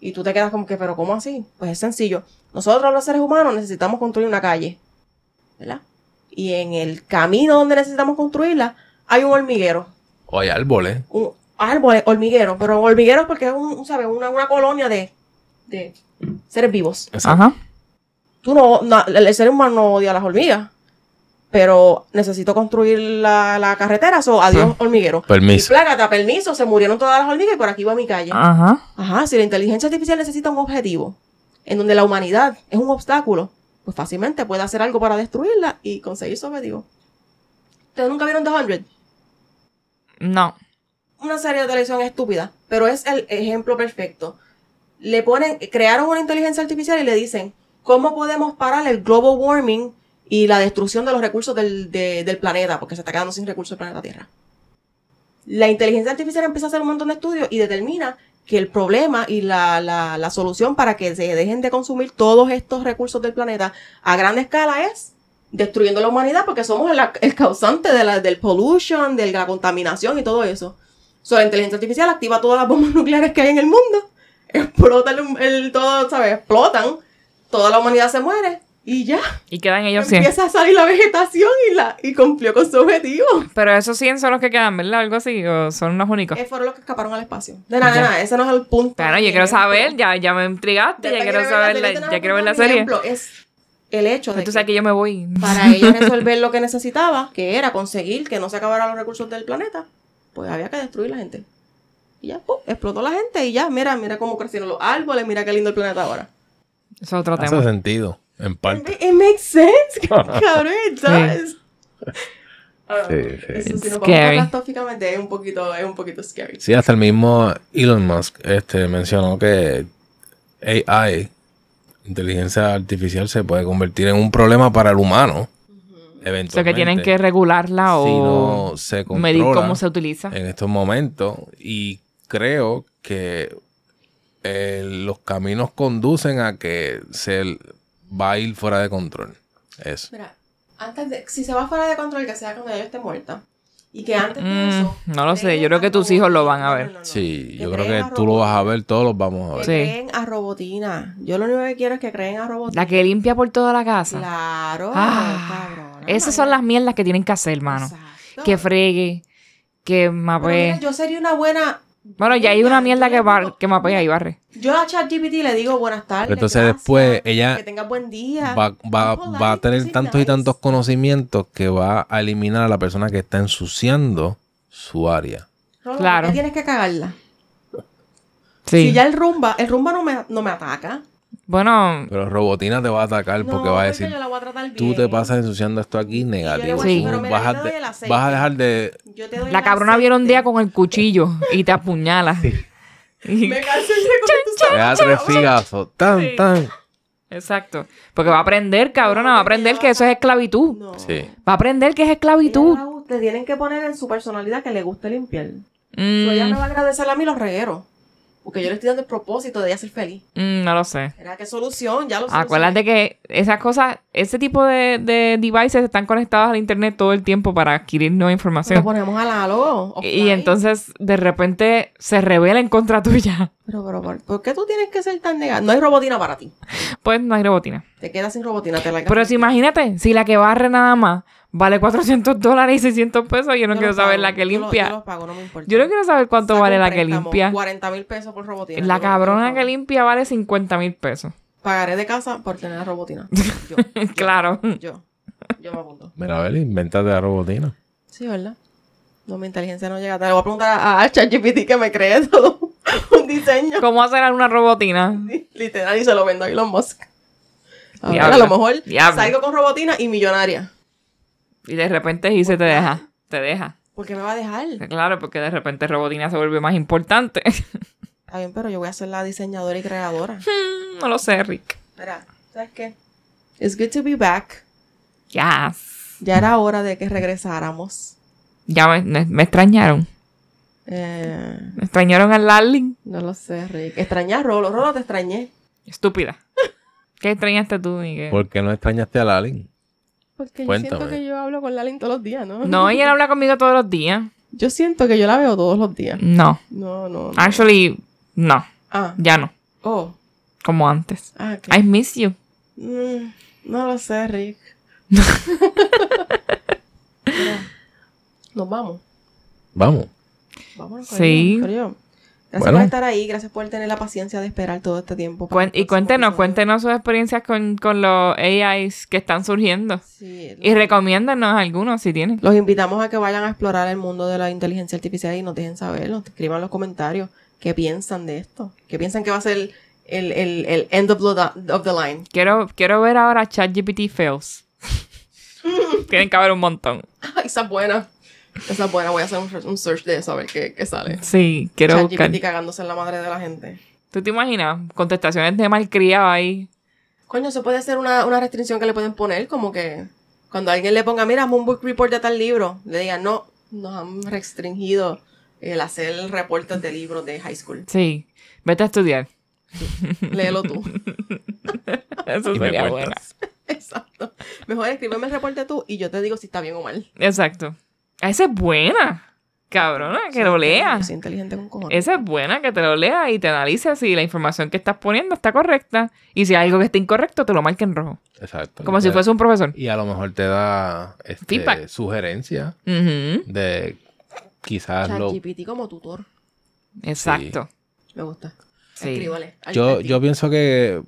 S2: Y tú te quedas como que, pero ¿cómo así? Pues es sencillo. Nosotros los seres humanos necesitamos construir una calle, ¿verdad? Y en el camino donde necesitamos construirla hay un hormiguero
S3: O hay árboles.
S2: un árbol hormiguero, pero hormiguero porque es un, un, ¿sabes? Una, una colonia de, de seres vivos.
S4: Ajá.
S2: Tú no, no- el ser humano no odia las hormigas, pero necesito construir la, la carretera, so, adiós hormiguero. Y
S3: Permiso.
S2: plágata, permiso, se murieron todas las hormigas y por aquí va mi calle.
S4: Ajá.
S2: Ajá, si la inteligencia artificial necesita un objetivo, en donde la humanidad es un obstáculo, pues fácilmente puede hacer algo para destruirla y conseguir su objetivo. ¿Ustedes nunca vieron The 100?
S4: No.
S2: una serie de televisión estúpida, pero es el ejemplo perfecto. Le ponen, crearon una inteligencia artificial y le dicen, ¿cómo podemos parar el global warming y la destrucción de los recursos del, de- del planeta? Porque se está quedando sin recursos el planeta Tierra. La inteligencia artificial empieza a hacer un montón de estudios y determina que el problema y la, la- la solución para que se dejen de consumir todos estos recursos del planeta a gran escala es destruyendo la humanidad porque somos la- el causante de la- del pollution, de la contaminación y todo eso. So, la inteligencia artificial activa todas las bombas nucleares que hay en el mundo. Explota el, el todo, ¿sabes? Explotan. Toda la humanidad se muere. Y ya.
S4: Y quedan ellos 100.
S2: empieza a salir la vegetación y, la, y cumplió con su objetivo.
S4: Pero esos 100 son los que quedan, ¿verdad? Algo así. O son unos únicos.
S2: Eh, fueron los que escaparon al espacio. De nada, de
S4: Ya.
S2: nada. Ese no es el punto.
S4: Bueno, yo quiero saber. Ya, ya me intrigaste. Ya quiero saber la, ya quiero ver la serie.
S2: ejemplo es el hecho de
S4: Entonces aquí
S2: que
S4: yo me voy.
S2: para ella resolver lo que necesitaba, que era conseguir que no se acabaran los recursos del planeta, pues había que destruir la gente. Y ya, ¡pum! explotó la gente y ya, mira, mira cómo crecieron los árboles, mira qué lindo el planeta ahora.
S4: Es otro
S3: Hace
S4: tema.
S3: sentido, en
S2: It
S3: parte.
S2: ma- It makes sense, cabrón, it does. Ah,
S3: Sí, sí.
S2: Eso sí,
S4: It's
S2: nos vamos
S4: scary.
S2: catastróficamente, es un poquito, es un poquito scary.
S3: Sí, hasta el mismo Elon Musk este, mencionó que AI, inteligencia artificial, se puede convertir en un problema para el humano. Eventualmente.
S4: O sea que tienen que regularla
S3: si
S4: o
S3: no se
S4: medir
S3: controla Eh.
S4: cómo se utiliza.
S3: en estos momentos. Y creo que eh, los caminos conducen a que se va a ir fuera de control. Eso.
S2: Mira, antes de, si se va fuera de control, que sea cuando ya yo esté muerta. Y que antes de
S4: Mm,
S2: eso...
S4: no lo sé,
S2: creen
S4: yo creo
S2: a
S4: que tus
S2: Robotina.
S4: hijos lo van a
S2: No,
S4: ver.
S2: no, no, no.
S3: Sí, yo
S2: Que
S3: creo
S2: creen
S3: que
S2: a
S3: tú lo vas a
S2: Robotina.
S3: ver, todos los vamos a
S2: Que
S3: ver.
S4: Sí.
S2: creen a Robotina. Yo lo único que quiero es que creen a Robotina.
S4: La que limpia por toda la casa.
S2: Claro,
S4: Ah,
S2: Oh, cabrona,
S4: Esas son
S2: madre.
S4: las mierdas que tienen que hacer, hermano.
S2: Exacto.
S4: Que fregue, que
S2: Pero mira,
S4: mapee.
S2: yo sería una buena
S4: pues. Bueno, ya hay una mierda que, bar- que mapea y barre.
S2: Yo a ChatGPT le digo buenas tardes.
S3: Pero entonces
S2: gracias,
S3: después ella
S2: Que tengas buen día.
S3: va, va-
S2: Be
S3: va a
S2: polite,
S3: tener
S2: be
S3: tantos y
S2: nice.
S3: tantos conocimientos que va a eliminar a la persona que está ensuciando su área.
S2: Rolo,
S4: Claro.
S2: ¿por qué tienes que cagarla.
S4: Sí.
S2: Si ya el rumba, el rumba no me, no me ataca.
S4: Bueno,
S3: Pero Robotina te va a atacar
S2: No,
S3: porque va a decir,
S2: yo la voy a tratar
S3: tú
S2: bien.
S3: te pasas ensuciando esto aquí
S2: le
S3: negativo.
S4: voy a decir,
S3: Tú
S2: pero mira,
S3: vas,
S2: yo
S3: a
S2: te doy
S3: de-
S2: el aceite.
S3: vas a dejar de...
S2: Yo te doy
S4: la
S2: el
S4: cabrona
S2: aceite.
S4: viene un día con el cuchillo y te apuñala. Y-
S2: Me cansé de comer tus
S3: Le da tres figazos. Tan,
S4: Sí.
S3: tan.
S4: Exacto. Porque va a aprender, cabrona, va a aprender que eso es esclavitud.
S2: No.
S3: Sí.
S4: Va a aprender que es
S2: Ella
S4: esclavitud.
S2: le gusta- Le tienen que poner en su personalidad que le guste limpiar.
S4: Mm,
S2: So, ella me va a agradecer a mí los regueros. Porque yo le estoy dando el propósito de ella ser feliz.
S4: mm, no lo sé.
S2: Era qué solución, ya lo sé.
S4: Acuérdate que esas cosas, ese tipo de, de devices están conectados al internet todo el tiempo para adquirir nueva
S2: Pero
S4: información.
S2: ponemos a la logo.
S4: Y entonces, de repente, se revela en contra tuya.
S2: Pero, pero, ¿por- ¿por qué tú tienes que ser tan negado? No hay robotina para ti. Pues
S4: Pues no hay robotina.
S2: te quedas sin robotina, te la
S4: Pero si imagínate, si la que barre nada más vale 400 dólares y 600 pesos, yo no
S2: Yo
S4: quiero
S2: lo
S4: saber
S2: pago,
S4: la que
S2: yo lo-
S4: limpia.
S2: Yo,
S4: Yo,
S2: lo pago, no me importa.
S4: no quiero saber cuánto
S2: Saco
S4: vale
S2: un
S4: la que
S2: préstamo,
S4: limpia.
S2: 40 mil pesos por robotina. yo
S4: La
S2: lo- yo lo
S4: cabrona
S2: pago.
S4: que limpia vale 50 mil pesos.
S2: Pagaré de casa por tener la robotina. Yo, yo,
S4: Claro.
S2: Yo. Yo me apunto.
S3: Mira, a ver, invéntate la robotina.
S2: Sí, ¿verdad? No, mi inteligencia no llega. Te lo voy a preguntar a, a ChatGPT que me cree todo un diseño.
S4: ¿Cómo hacer una robotina?
S2: Literal, y se lo vendo a Elon Musk. A, ver,
S4: Diablo.
S2: a lo mejor
S4: Diablo.
S2: salgo con robotina y millonaria.
S4: Y de repente y se te deja. Te deja.
S2: Porque me va a dejar.
S4: Claro, porque de repente robotina se vuelve más importante.
S2: Está bien, pero yo voy a ser la diseñadora y creadora.
S4: no lo sé, Rick.
S2: Espera, ¿sabes qué? It's good to be back.
S4: Yes.
S2: Ya era hora de que regresáramos.
S4: Ya me, me- me extrañaron.
S2: Eh,
S4: Me extrañaron al Larling.
S2: no lo sé, Rick. Extrañé a Rolo. Rolo, te extrañé.
S4: Estúpida. ¿Qué extrañaste tú, Miguel?
S3: ¿Por qué no extrañaste a Lalin?
S2: Porque yo
S3: Cuéntame.
S2: siento que yo hablo con Lalin todos los días, ¿no?
S4: No, ella no habla conmigo todos los días.
S2: Yo siento que yo la veo todos los días.
S4: No.
S2: No, no. no.
S4: Actually, no.
S2: Ah,
S4: Ya no.
S2: oh.
S4: Como antes.
S2: Ah, ok.
S4: I miss you.
S2: Mm, no lo sé, Rick. Mira, Nos vamos.
S3: Vamos.
S2: Vámonos,
S4: Sí.
S2: corillo. Gracias
S3: Bueno.
S2: por estar ahí, gracias por tener la paciencia de esperar todo este tiempo. para
S4: Cuen-
S2: el
S4: y
S2: próximo
S4: cuéntenos,
S2: episodio.
S4: cuéntenos sus experiencias con, con los AIs que están surgiendo.
S2: Sí,
S4: Y
S2: los-
S4: recomiéndanos algunos si tienen.
S2: los invitamos a que vayan a explorar el mundo de la inteligencia artificial y nos dejen saber, nos escriban en los comentarios qué piensan de esto, qué piensan que va a ser el, el, el, el end of the, of the line.
S4: Quiero, quiero ver ahora ChatGPT fails. Tienen que haber un montón.
S2: Esa es buena, esa es buena, voy a hacer un, un search de eso a ver qué, qué sale.
S4: Sí, quiero buscar.
S2: ChatGPT cagándose en la madre de la gente.
S4: ¿Tú te imaginas? Contestaciones de malcriado ahí.
S2: Coño, se puede hacer una, una restricción que le pueden poner, como que cuando alguien le ponga, mira, hazme un book report de tal libro, le digan, no, nos han restringido el hacer reportes de libros de high school.
S4: Sí, vete a estudiar.
S2: Léelo tú.
S4: Eso
S3: Y me
S4: sería bueno.
S3: cuentas.
S2: Exacto. Mejor escríbeme el reporte tú y yo te digo si está bien o mal.
S4: Exacto. Ah, Esa es buena. Cabrona, que lo lea.
S2: Soy inteligente con cojones.
S4: Esa es buena, que te lo lea y te analice si la información que estás poniendo está correcta. Y si hay algo que está incorrecto, te lo marque en rojo.
S3: Exacto.
S4: Como si fuese un profesor.
S3: Y a lo mejor te da este,
S4: Feedback.
S3: sugerencias
S4: Ujú,
S3: de quizás lo...
S2: ChatGPT como tutor.
S4: Exacto.
S2: Me gusta.
S4: Sí.
S2: Escríbale. al
S3: Yo,
S2: ChatGPT.
S3: yo pienso que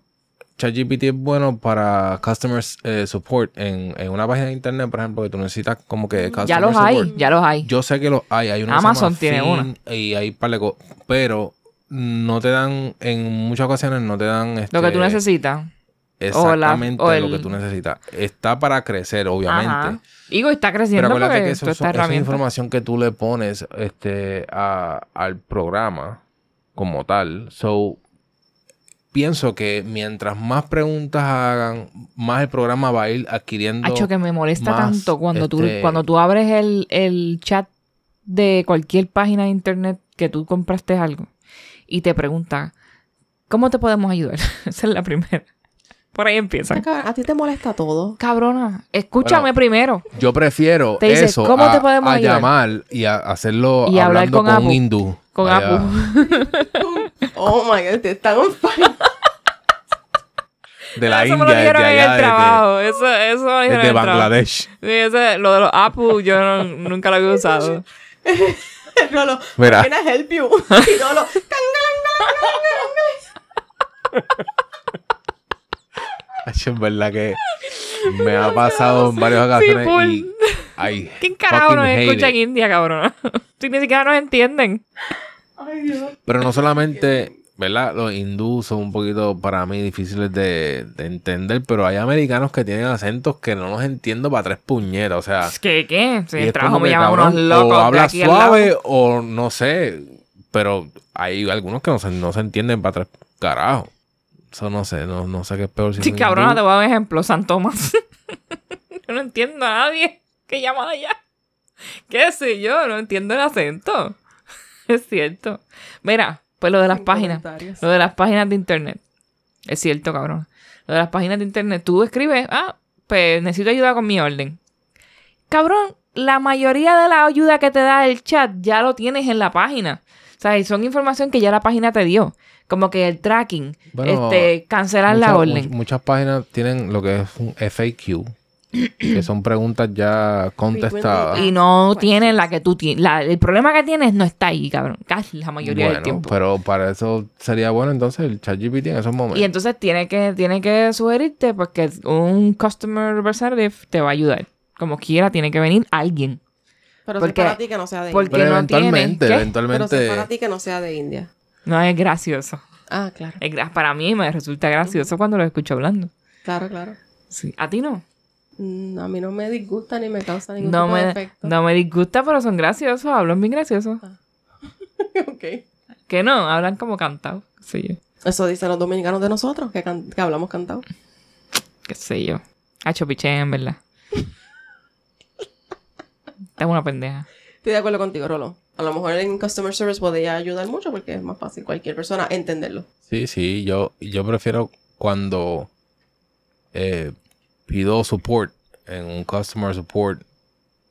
S3: ChatGPT es bueno para customer eh, support en, en una página de internet, por ejemplo, que tú necesitas como que customer
S4: Ya los
S3: support.
S4: hay, ya los hay.
S3: Yo sé que los hay, hay una
S4: Amazon tiene
S3: una. Y hay par de co- pero no te dan, en muchas ocasiones no te dan este,
S4: Lo que tú necesitas. o la-
S3: exactamente
S4: o el-
S3: lo que tú necesitas. Está para crecer, obviamente.
S4: Ajá. Digo, está creciendo
S3: Pero acuérdate
S4: porque
S3: que eso,
S4: toda esta
S3: son- eso es
S4: herramienta.
S3: información que tú le pones este, a- al programa como tal. So, pienso que mientras más preguntas hagan, más el programa va a ir adquiriendo.
S4: Hacho, que me molesta
S3: más,
S4: tanto cuando,
S3: este-
S4: tú, cuando tú abres el, el chat de cualquier página de internet que tú compraste algo y te pregunta, ¿cómo te podemos ayudar? Esa es la primera. Por ahí
S2: Ah,
S4: empiezan.
S2: cabrón, A ti te molesta todo.
S4: Cabrona, escúchame
S3: Bueno,
S4: primero.
S3: Yo prefiero
S4: Te dice,
S3: eso
S4: ¿cómo
S3: a,
S4: te podemos
S3: a
S4: ayudar?
S3: llamar y a hacerlo
S4: Y hablar
S3: hablando
S4: con
S3: con,
S4: Apu.
S3: hindú.
S4: Con
S3: Allá.
S4: Apu.
S2: Oh my god, te están on fire.
S3: De la
S4: eso me
S3: India,
S4: lo
S3: desde
S4: dijeron en
S3: allá,
S4: el
S3: desde-
S4: trabajo. Eso, eso
S3: desde,
S4: me lo dijeron en el trabajo.
S3: Bangladesh.
S4: Sí, ese- lo de los Apu yo no- nunca lo había usado.
S2: El Rolo,
S3: Mira.
S2: "Can I help you? Y Rolo, "Can, can, can".
S3: Hacho, en verdad que me ha pasado en varias ocasiones
S4: full.
S3: y... Ay,
S4: ¿Quién carajo nos
S3: fucking hate
S4: escucha en
S3: it.
S4: India, cabrón? Si ni siquiera nos entienden.
S2: Ay, Dios.
S3: Pero no solamente, ¿verdad? Los hindúes son un poquito para mí difíciles de, de entender, pero hay americanos que tienen acentos que no los entiendo para tres puñetas, o sea...
S4: ¿Qué, qué? Si
S3: Ah. y es
S4: el trabajo
S3: como
S4: me
S3: que,
S4: llama
S3: cabrón,
S4: unos locos
S3: O
S4: de
S3: hablas
S4: aquí al lado.
S3: suave o no sé, pero hay algunos que no se, no se entienden para tres carajos. Eso no sé, no, no sé qué es peor. Si
S4: Sí,
S3: un
S4: cabrona, te
S3: hindú.
S4: voy a dar un ejemplo. San Tomás. yo no entiendo a nadie que llama de allá. ¿Qué sé yo? No entiendo el acento. Es cierto. Mira, pues lo de las
S2: Sin
S4: páginas.
S2: comentarios.
S4: Lo de las páginas de internet. Es cierto, cabrón. Lo de las páginas de internet. Tú escribes, ah, pues necesito ayuda con mi orden. Cabrón, la mayoría de la ayuda que te da el chat ya lo tienes en la página. O sea, y son información que ya la página te dio. Como que el tracking,
S3: Bueno,
S4: este, cancelar la
S3: Muchas-
S4: orden.
S3: mu- Muchas páginas tienen lo que es un FAQ, que son preguntas ya contestadas.
S4: Y no tienen la que tú tienes. La- el problema que tienes no está ahí, cabrón. Casi la mayoría
S3: Bueno, pues,
S4: del tiempo.
S3: pero para eso sería bueno entonces el ChatGPT en esos momentos.
S4: Y entonces tiene que, tiene que sugerirte pues, que un customer representative te va a ayudar. Como quiera, tiene que venir alguien.
S2: Pero si
S4: Porque-
S2: es para ti que no sea de
S4: porque-
S2: India.
S3: pero
S4: no
S3: eventualmente,
S4: tiene- ¿qué?
S2: Pero si es para
S3: eventualmente.
S2: ti que no sea de India.
S4: No es gracioso.
S2: Ah, claro.
S4: Es gra- para mí me resulta gracioso cuando lo escucho hablando.
S2: Claro, claro.
S4: Sí. ¿A ti no?
S2: Mm, a mí no me disgusta ni me causa ningún
S4: No
S2: tipo de
S4: me,
S2: efecto.
S4: no me disgusta, pero son graciosos. Hablan bien graciosos.
S2: Ok.
S4: Que no, hablan como cantado. Qué sé yo.
S2: Eso dicen los dominicanos de nosotros, que, can- que hablamos cantado.
S4: Qué sé yo. Hacho piché, en verdad. Estás una pendeja.
S2: Estoy de acuerdo contigo, Rolo. A lo mejor en Customer Service podría ayudar mucho porque es más fácil cualquier persona entenderlo.
S3: Sí, sí, yo, yo prefiero cuando eh, pido support en un customer support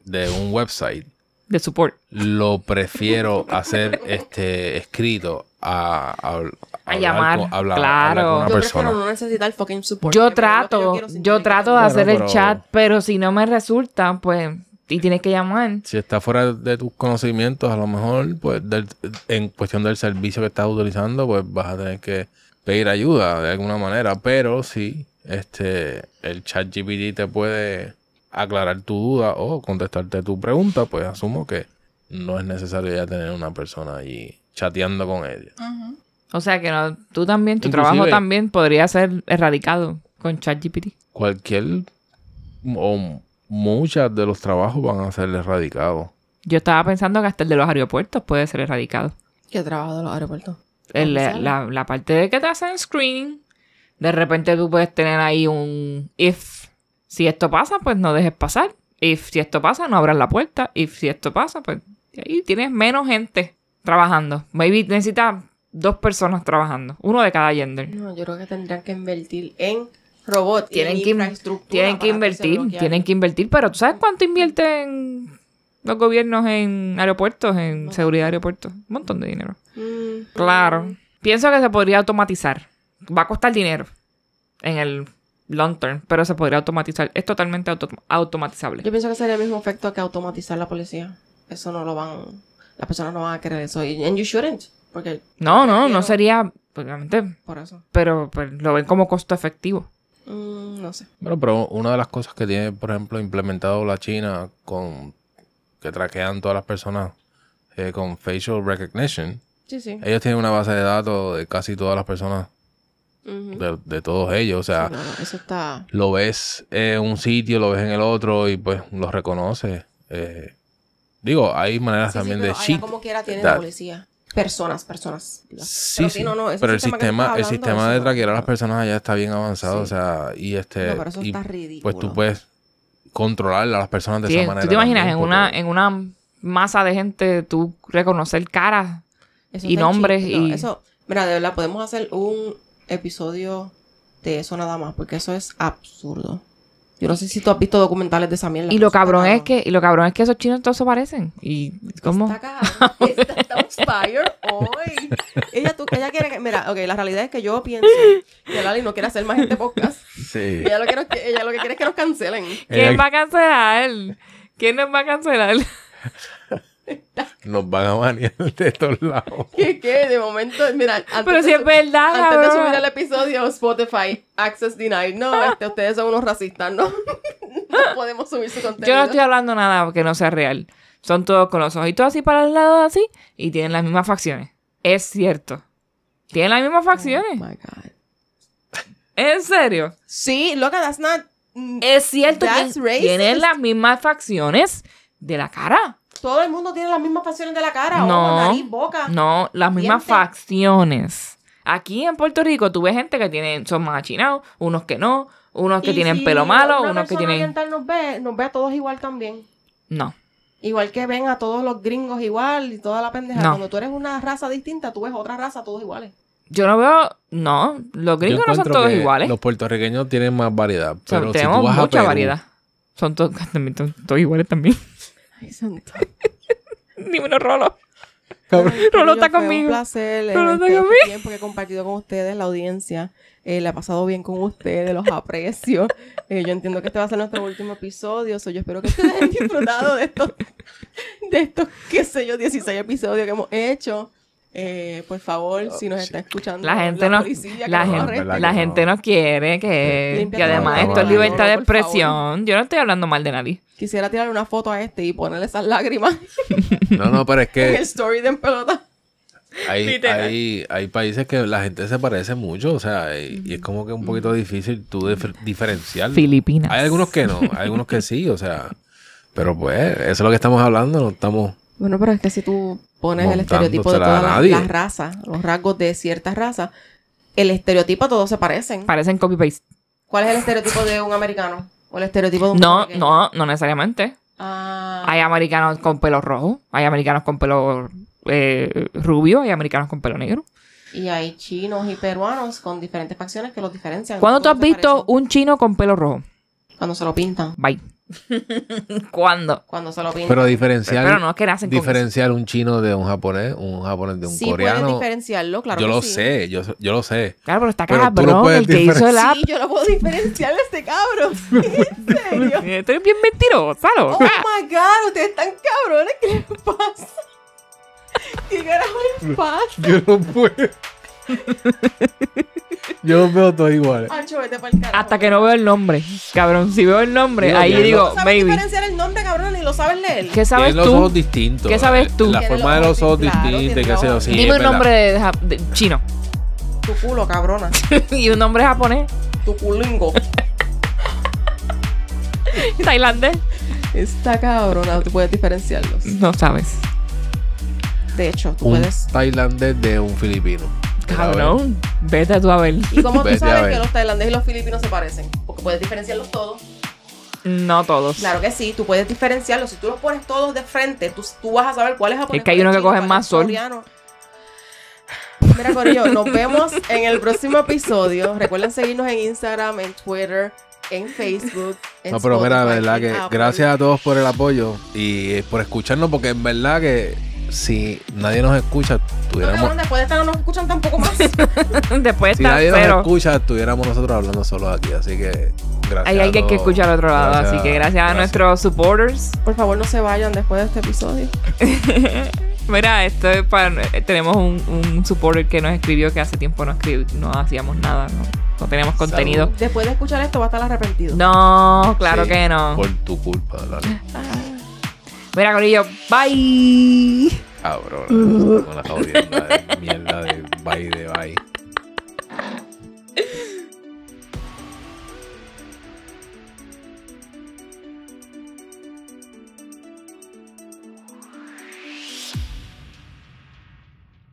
S3: de un website,
S4: De support.
S3: lo prefiero hacer este escrito a, a-
S4: A
S3: hablar
S4: llamar,
S3: con- hablar- hablar
S4: claro.
S3: con una
S2: yo
S3: persona.
S2: prefiero no necesitar fucking support.
S4: Yo
S2: que me den lo que
S4: trato,
S2: quiero sin
S4: yo
S2: tener que
S4: trato de
S2: cambiar.
S3: Bueno,
S4: hacer
S3: pero-
S4: el chat, pero si no me resulta, pues, y tienes que llamar.
S3: Si está fuera de tus conocimientos, a lo mejor, pues, del- en cuestión del servicio que estás utilizando, pues vas a tener que pedir ayuda de alguna manera. Pero sí, este, el chat GPT te puede aclarar tu duda o contestarte tu pregunta, pues asumo que no es necesario ya tener una persona allí chateando con ella.
S4: O sea que no, tú también, tu
S3: Inclusive-
S4: trabajo también podría ser erradicado con ChatGPT.
S3: Cualquier o muchas de los trabajos van a ser erradicados.
S4: Yo estaba pensando que hasta el de los aeropuertos puede ser erradicado.
S2: Que trabajo de los aeropuertos.
S4: El-
S2: Oficial.
S4: la, la parte de que te hacen screening, de repente tú puedes tener ahí un if. Si esto pasa, pues no dejes pasar. If si esto pasa, no abras la puerta. If si esto pasa, pues y ahí tienes menos gente trabajando. Maybe necesitas dos personas trabajando, uno de cada gender.
S2: No, yo creo que tendrían que invertir en robots.
S4: Tienen
S2: y
S4: que,
S2: infraestructura
S4: tienen que
S2: para se
S4: invertir,
S2: bloquear.
S4: tienen que invertir, pero ¿tú sabes cuánto invierten los gobiernos en aeropuertos, en seguridad de aeropuertos? Un montón de dinero.
S2: Mm,
S4: Claro. Pienso que se podría automatizar. Va a costar dinero en el long term, pero se podría automatizar. Es totalmente auto- automatizable.
S2: Yo pienso que sería el mismo efecto que automatizar la policía. Eso no lo van. Las personas no van a querer eso. Y and you shouldn't. Porque
S4: No, no, no
S2: Prefiero-
S4: sería, pues, obviamente,
S2: por eso.
S4: pero pues, lo ven como costo efectivo.
S2: Mm, no sé.
S3: Bueno, pero una de las cosas que tiene, por ejemplo, implementado la China con que traquean todas las personas eh, con facial recognition,
S2: Sí, sí.
S3: ellos tienen una base de datos de casi todas las personas,
S2: Ujú.
S3: de, de todos ellos. O sea,
S2: No, no, eso está.
S3: lo ves en un sitio, lo ves en el otro y pues los reconoce. Eh, digo, hay maneras
S2: Sí, sí,
S3: Ah, también de
S2: pero allá
S3: cheat.
S2: como quiera tiene
S3: that.
S2: la policía. Personas, personas.
S3: Sí, sí,
S2: Pero sí, no, no, ese
S3: pero el
S2: sistema que tú
S3: sistema, el
S2: estás hablando,
S3: sistema
S2: eso
S3: de
S2: no.
S3: traquear a las personas allá está bien avanzado,
S2: Sí.
S3: o sea, y este,
S2: No, pero eso
S3: y,
S2: está
S3: pues tú
S2: ridículo.
S3: puedes controlar a las personas de
S4: Sí,
S3: esa manera.
S4: ¿Tú te imaginas
S3: también,
S4: en una,
S3: porque-
S4: en una masa de gente tú reconocer caras?
S2: Eso
S4: y
S2: está
S4: nombres
S2: chido. No,
S4: y-
S2: Eso, mira, de verdad, podemos hacer un episodio de eso nada más, porque eso es absurdo. Yo no sé si tú has visto documentales de esa mierda.
S4: Y
S2: pero eso
S4: lo
S2: está
S4: cabrón es
S2: cabrón.
S4: que, y lo cabrón es que esos chinos todos se parecen. Y cómo
S2: Está cabrón. Está, está on fire hoy. Ella, tú, ella quiere que... Mira, ok, la realidad es que yo pienso que Lali no quiere hacer más este podcast.
S3: Sí.
S2: Ella lo, quiere- ella lo que
S3: Eh,
S2: quiere es que nos cancelen.
S4: ¿Quién
S3: Ella-
S4: va a cancelar? ¿Quién nos va a cancelar?
S3: Nos van a banear de todos lados.
S2: ¿Qué, qué? De momento, mira, antes,
S4: Pero si
S2: de,
S4: es verdad,
S2: antes de subir el
S4: cabrón.
S2: episodio, Spotify, Access Denied. No, este, ustedes son unos racistas, ¿no? no podemos subir su contenido.
S4: Yo no estoy hablando nada que no sea real. Son todos con los ojitos así para el lado así y tienen las mismas facciones. Es cierto. Tienen las mismas
S2: Oh
S4: facciones.
S2: my God.
S4: ¿En serio?
S2: Sí, loca, that's not... mm,
S4: Es cierto
S2: That's
S4: que
S2: racist.
S4: tienen las mismas facciones de la cara.
S2: Todo el mundo tiene las mismas facciones de la cara.
S4: No.
S2: Ojo, nariz, boca.
S4: No, las mismas
S2: Dientes.
S4: facciones. Aquí en Puerto Rico tú ves gente que tienen, son más achinados, unos que no, unos que
S2: Y
S4: tienen
S2: si
S4: pelo malo,
S2: una
S4: unos que
S2: persona
S4: tienen...
S2: oriental nos ve, nos ve a todos igual también.
S4: No.
S2: Igual que ven a todos los gringos igual y toda la pendeja.
S4: No.
S2: Cuando tú eres una raza distinta, tú ves otra raza, todos iguales.
S4: Yo no veo... No, los
S3: Yo
S4: gringos no son
S3: encuentro
S4: todos
S3: que
S4: iguales.
S3: Los puertorriqueños tienen más variedad.
S4: O sea,
S3: Pero si
S4: tenemos
S3: tú vas
S4: mucha
S3: a Perú,
S4: variedad. Son todos, también son todos iguales también.
S2: Ay, santo.
S4: Ni uno rolo.
S3: Cabrón.
S2: Ay,
S4: Rolo está
S2: fue
S4: conmigo.
S2: Un placer en
S4: Rolo está
S2: este
S4: conmigo.
S2: tiempo que he compartido con ustedes, la audiencia. Eh, la he pasado bien con ustedes, los aprecio. Eh, yo entiendo que este va a ser nuestro último episodio. so yo espero que ustedes hayan disfrutado de estos, de estos, qué sé yo, 16 episodios que hemos hecho. Eh, por favor, si nos está escuchando
S4: La gente no-
S2: policía, que
S4: La,
S2: nos
S3: no,
S4: gente,
S2: arresten.
S3: ¿verdad que
S4: la
S3: no?
S4: gente no quiere que...
S2: Limpia
S4: que
S2: tu
S4: además
S3: mano,
S4: esto es
S3: mano,
S4: libertad de
S2: por favor.
S4: expresión. Yo no estoy hablando mal de nadie.
S2: Quisiera tirarle una foto a este y ponerle esas lágrimas
S3: No, no, pero es
S2: en
S3: que
S2: el story de en pelota.
S3: hay,
S4: Literal.
S3: hay, hay países que la gente se parece mucho, o sea, y, y es como que un poquito difícil tú dif- diferenciar.
S4: Filipinas.
S3: Hay algunos que no, hay algunos que sí, o sea, pero pues, eso es lo que estamos hablando, no estamos...
S2: Bueno, pero es que si tú pones el
S3: Montándosela
S2: estereotipo de
S3: a
S2: todas las,
S3: nadie.
S2: las razas, los rasgos de ciertas razas, el estereotipo todos se parecen.
S4: Parecen copy-paste.
S2: ¿Cuál es el estereotipo de un americano? ¿O el estereotipo de un
S4: No,
S2: puertorriqueño?
S4: no, no necesariamente.
S2: Ah,
S4: Hay americanos con pelo rojo, hay americanos con pelo eh, rubio, hay americanos con pelo negro.
S2: y hay chinos y peruanos con diferentes facciones que los diferencian.
S4: ¿Cuándo tú
S2: Todos
S4: has
S2: se
S4: visto
S2: parecen.
S4: un chino con pelo rojo?
S2: Cuando se lo pintan.
S4: Bye. ¿Cuándo?
S2: Cuando se lo pintan.
S3: Pero diferenciar,
S4: Pero no es que nacen con
S3: diferenciar un chino de un japonés, un japonés de un
S2: sí puedes
S3: coreano,
S2: diferenciarlo, claro
S3: yo
S2: que
S3: lo
S2: sí.
S3: sé, yo, yo lo sé.
S4: eso. Claro, pero está
S3: Pero tú
S4: cabrón
S3: no puedes
S4: el que hizo el app.
S2: Sí, yo lo puedo diferenciar de este cabrón. ¿En serio?
S4: Estoy bien mentirosa,
S2: Oh
S4: loca.
S2: my god, ustedes están cabrones, ¿qué les pasa? ¿Qué carajo les pasa?
S3: Yo no puedo. yo los veo todos iguales.
S2: Ancho, vete para el carajo.
S4: Hasta que no veo el nombre. Cabrón, si veo el nombre,
S3: Digo,
S4: ahí
S3: yo no-
S4: digo,
S2: No sabes
S4: baby.
S2: diferenciar el nombre, cabrón, ni lo sabes leer.
S4: ¿Qué sabes
S3: Tienen los
S4: tú?
S3: ojos distintos. eh,
S4: ¿Qué sabes tú?
S3: La
S2: Tienen
S3: forma de
S2: los
S3: los
S2: ojos
S3: ojos
S2: di- claro,
S3: distinta,
S2: tienen
S3: qué sé yo.
S2: ojos
S3: sí, es
S4: Dime un
S3: verdad.
S4: nombre de ja- de chino
S2: Tu culo, cabrona.
S4: y un nombre japonés,
S2: Tu culingo.
S4: tailandés.
S2: Esta cabrona, tú puedes diferenciarlos.
S4: No sabes.
S2: De hecho, tú
S3: Un
S2: puedes.
S3: tailandés de un filipino.
S4: Cabrón, vete tú a ver.
S2: ¿Y cómo tú
S3: Vete a
S2: sabes
S3: ver.
S2: que los tailandeses y los filipinos se parecen? Porque puedes diferenciarlos todos.
S4: No todos.
S2: Claro que sí, tú puedes diferenciarlos. Si tú los pones todos de frente, tú, tú vas a saber cuál es japonés.
S4: Es que hay
S2: cuál
S4: uno que
S2: chino,
S4: coge
S2: cuál
S4: más
S2: es
S4: sol.
S2: coreano. Mira, Corillo, nos vemos en el próximo episodio. Recuerden seguirnos en Instagram, en Twitter, en Facebook. en
S3: No, pero mira, la
S2: Spotify,
S3: verdad
S2: en
S4: ah,
S3: que
S2: Apple.
S3: gracias a todos por el apoyo y eh, por escucharnos, porque en verdad que si nadie nos escucha,
S2: No,
S3: tuviéramos.
S2: cabrón, después de esta no nos escuchan tampoco más.
S4: Después
S3: Si
S4: está
S3: nadie nos
S4: cero.
S3: escucha, estuviéramos nosotros hablando solos aquí. Así que gracias.
S4: Hay
S3: a
S4: alguien que
S3: todos.
S4: escucha al otro lado. así que gracias, a nuestros supporters.
S2: Por favor, no se vayan después de este episodio.
S4: Mira, esto es para, tenemos un, un supporter que nos escribió que hace tiempo no escribí- no hacíamos nada, no, no teníamos contenido.
S2: Después de escuchar esto, va a estar arrepentido.
S4: No, claro
S3: Sí,
S4: que no.
S3: Por tu culpa, Lali.
S4: Mira, Corillo, bye.
S3: Cabrón. con la jodienda de mierda de bye de bye.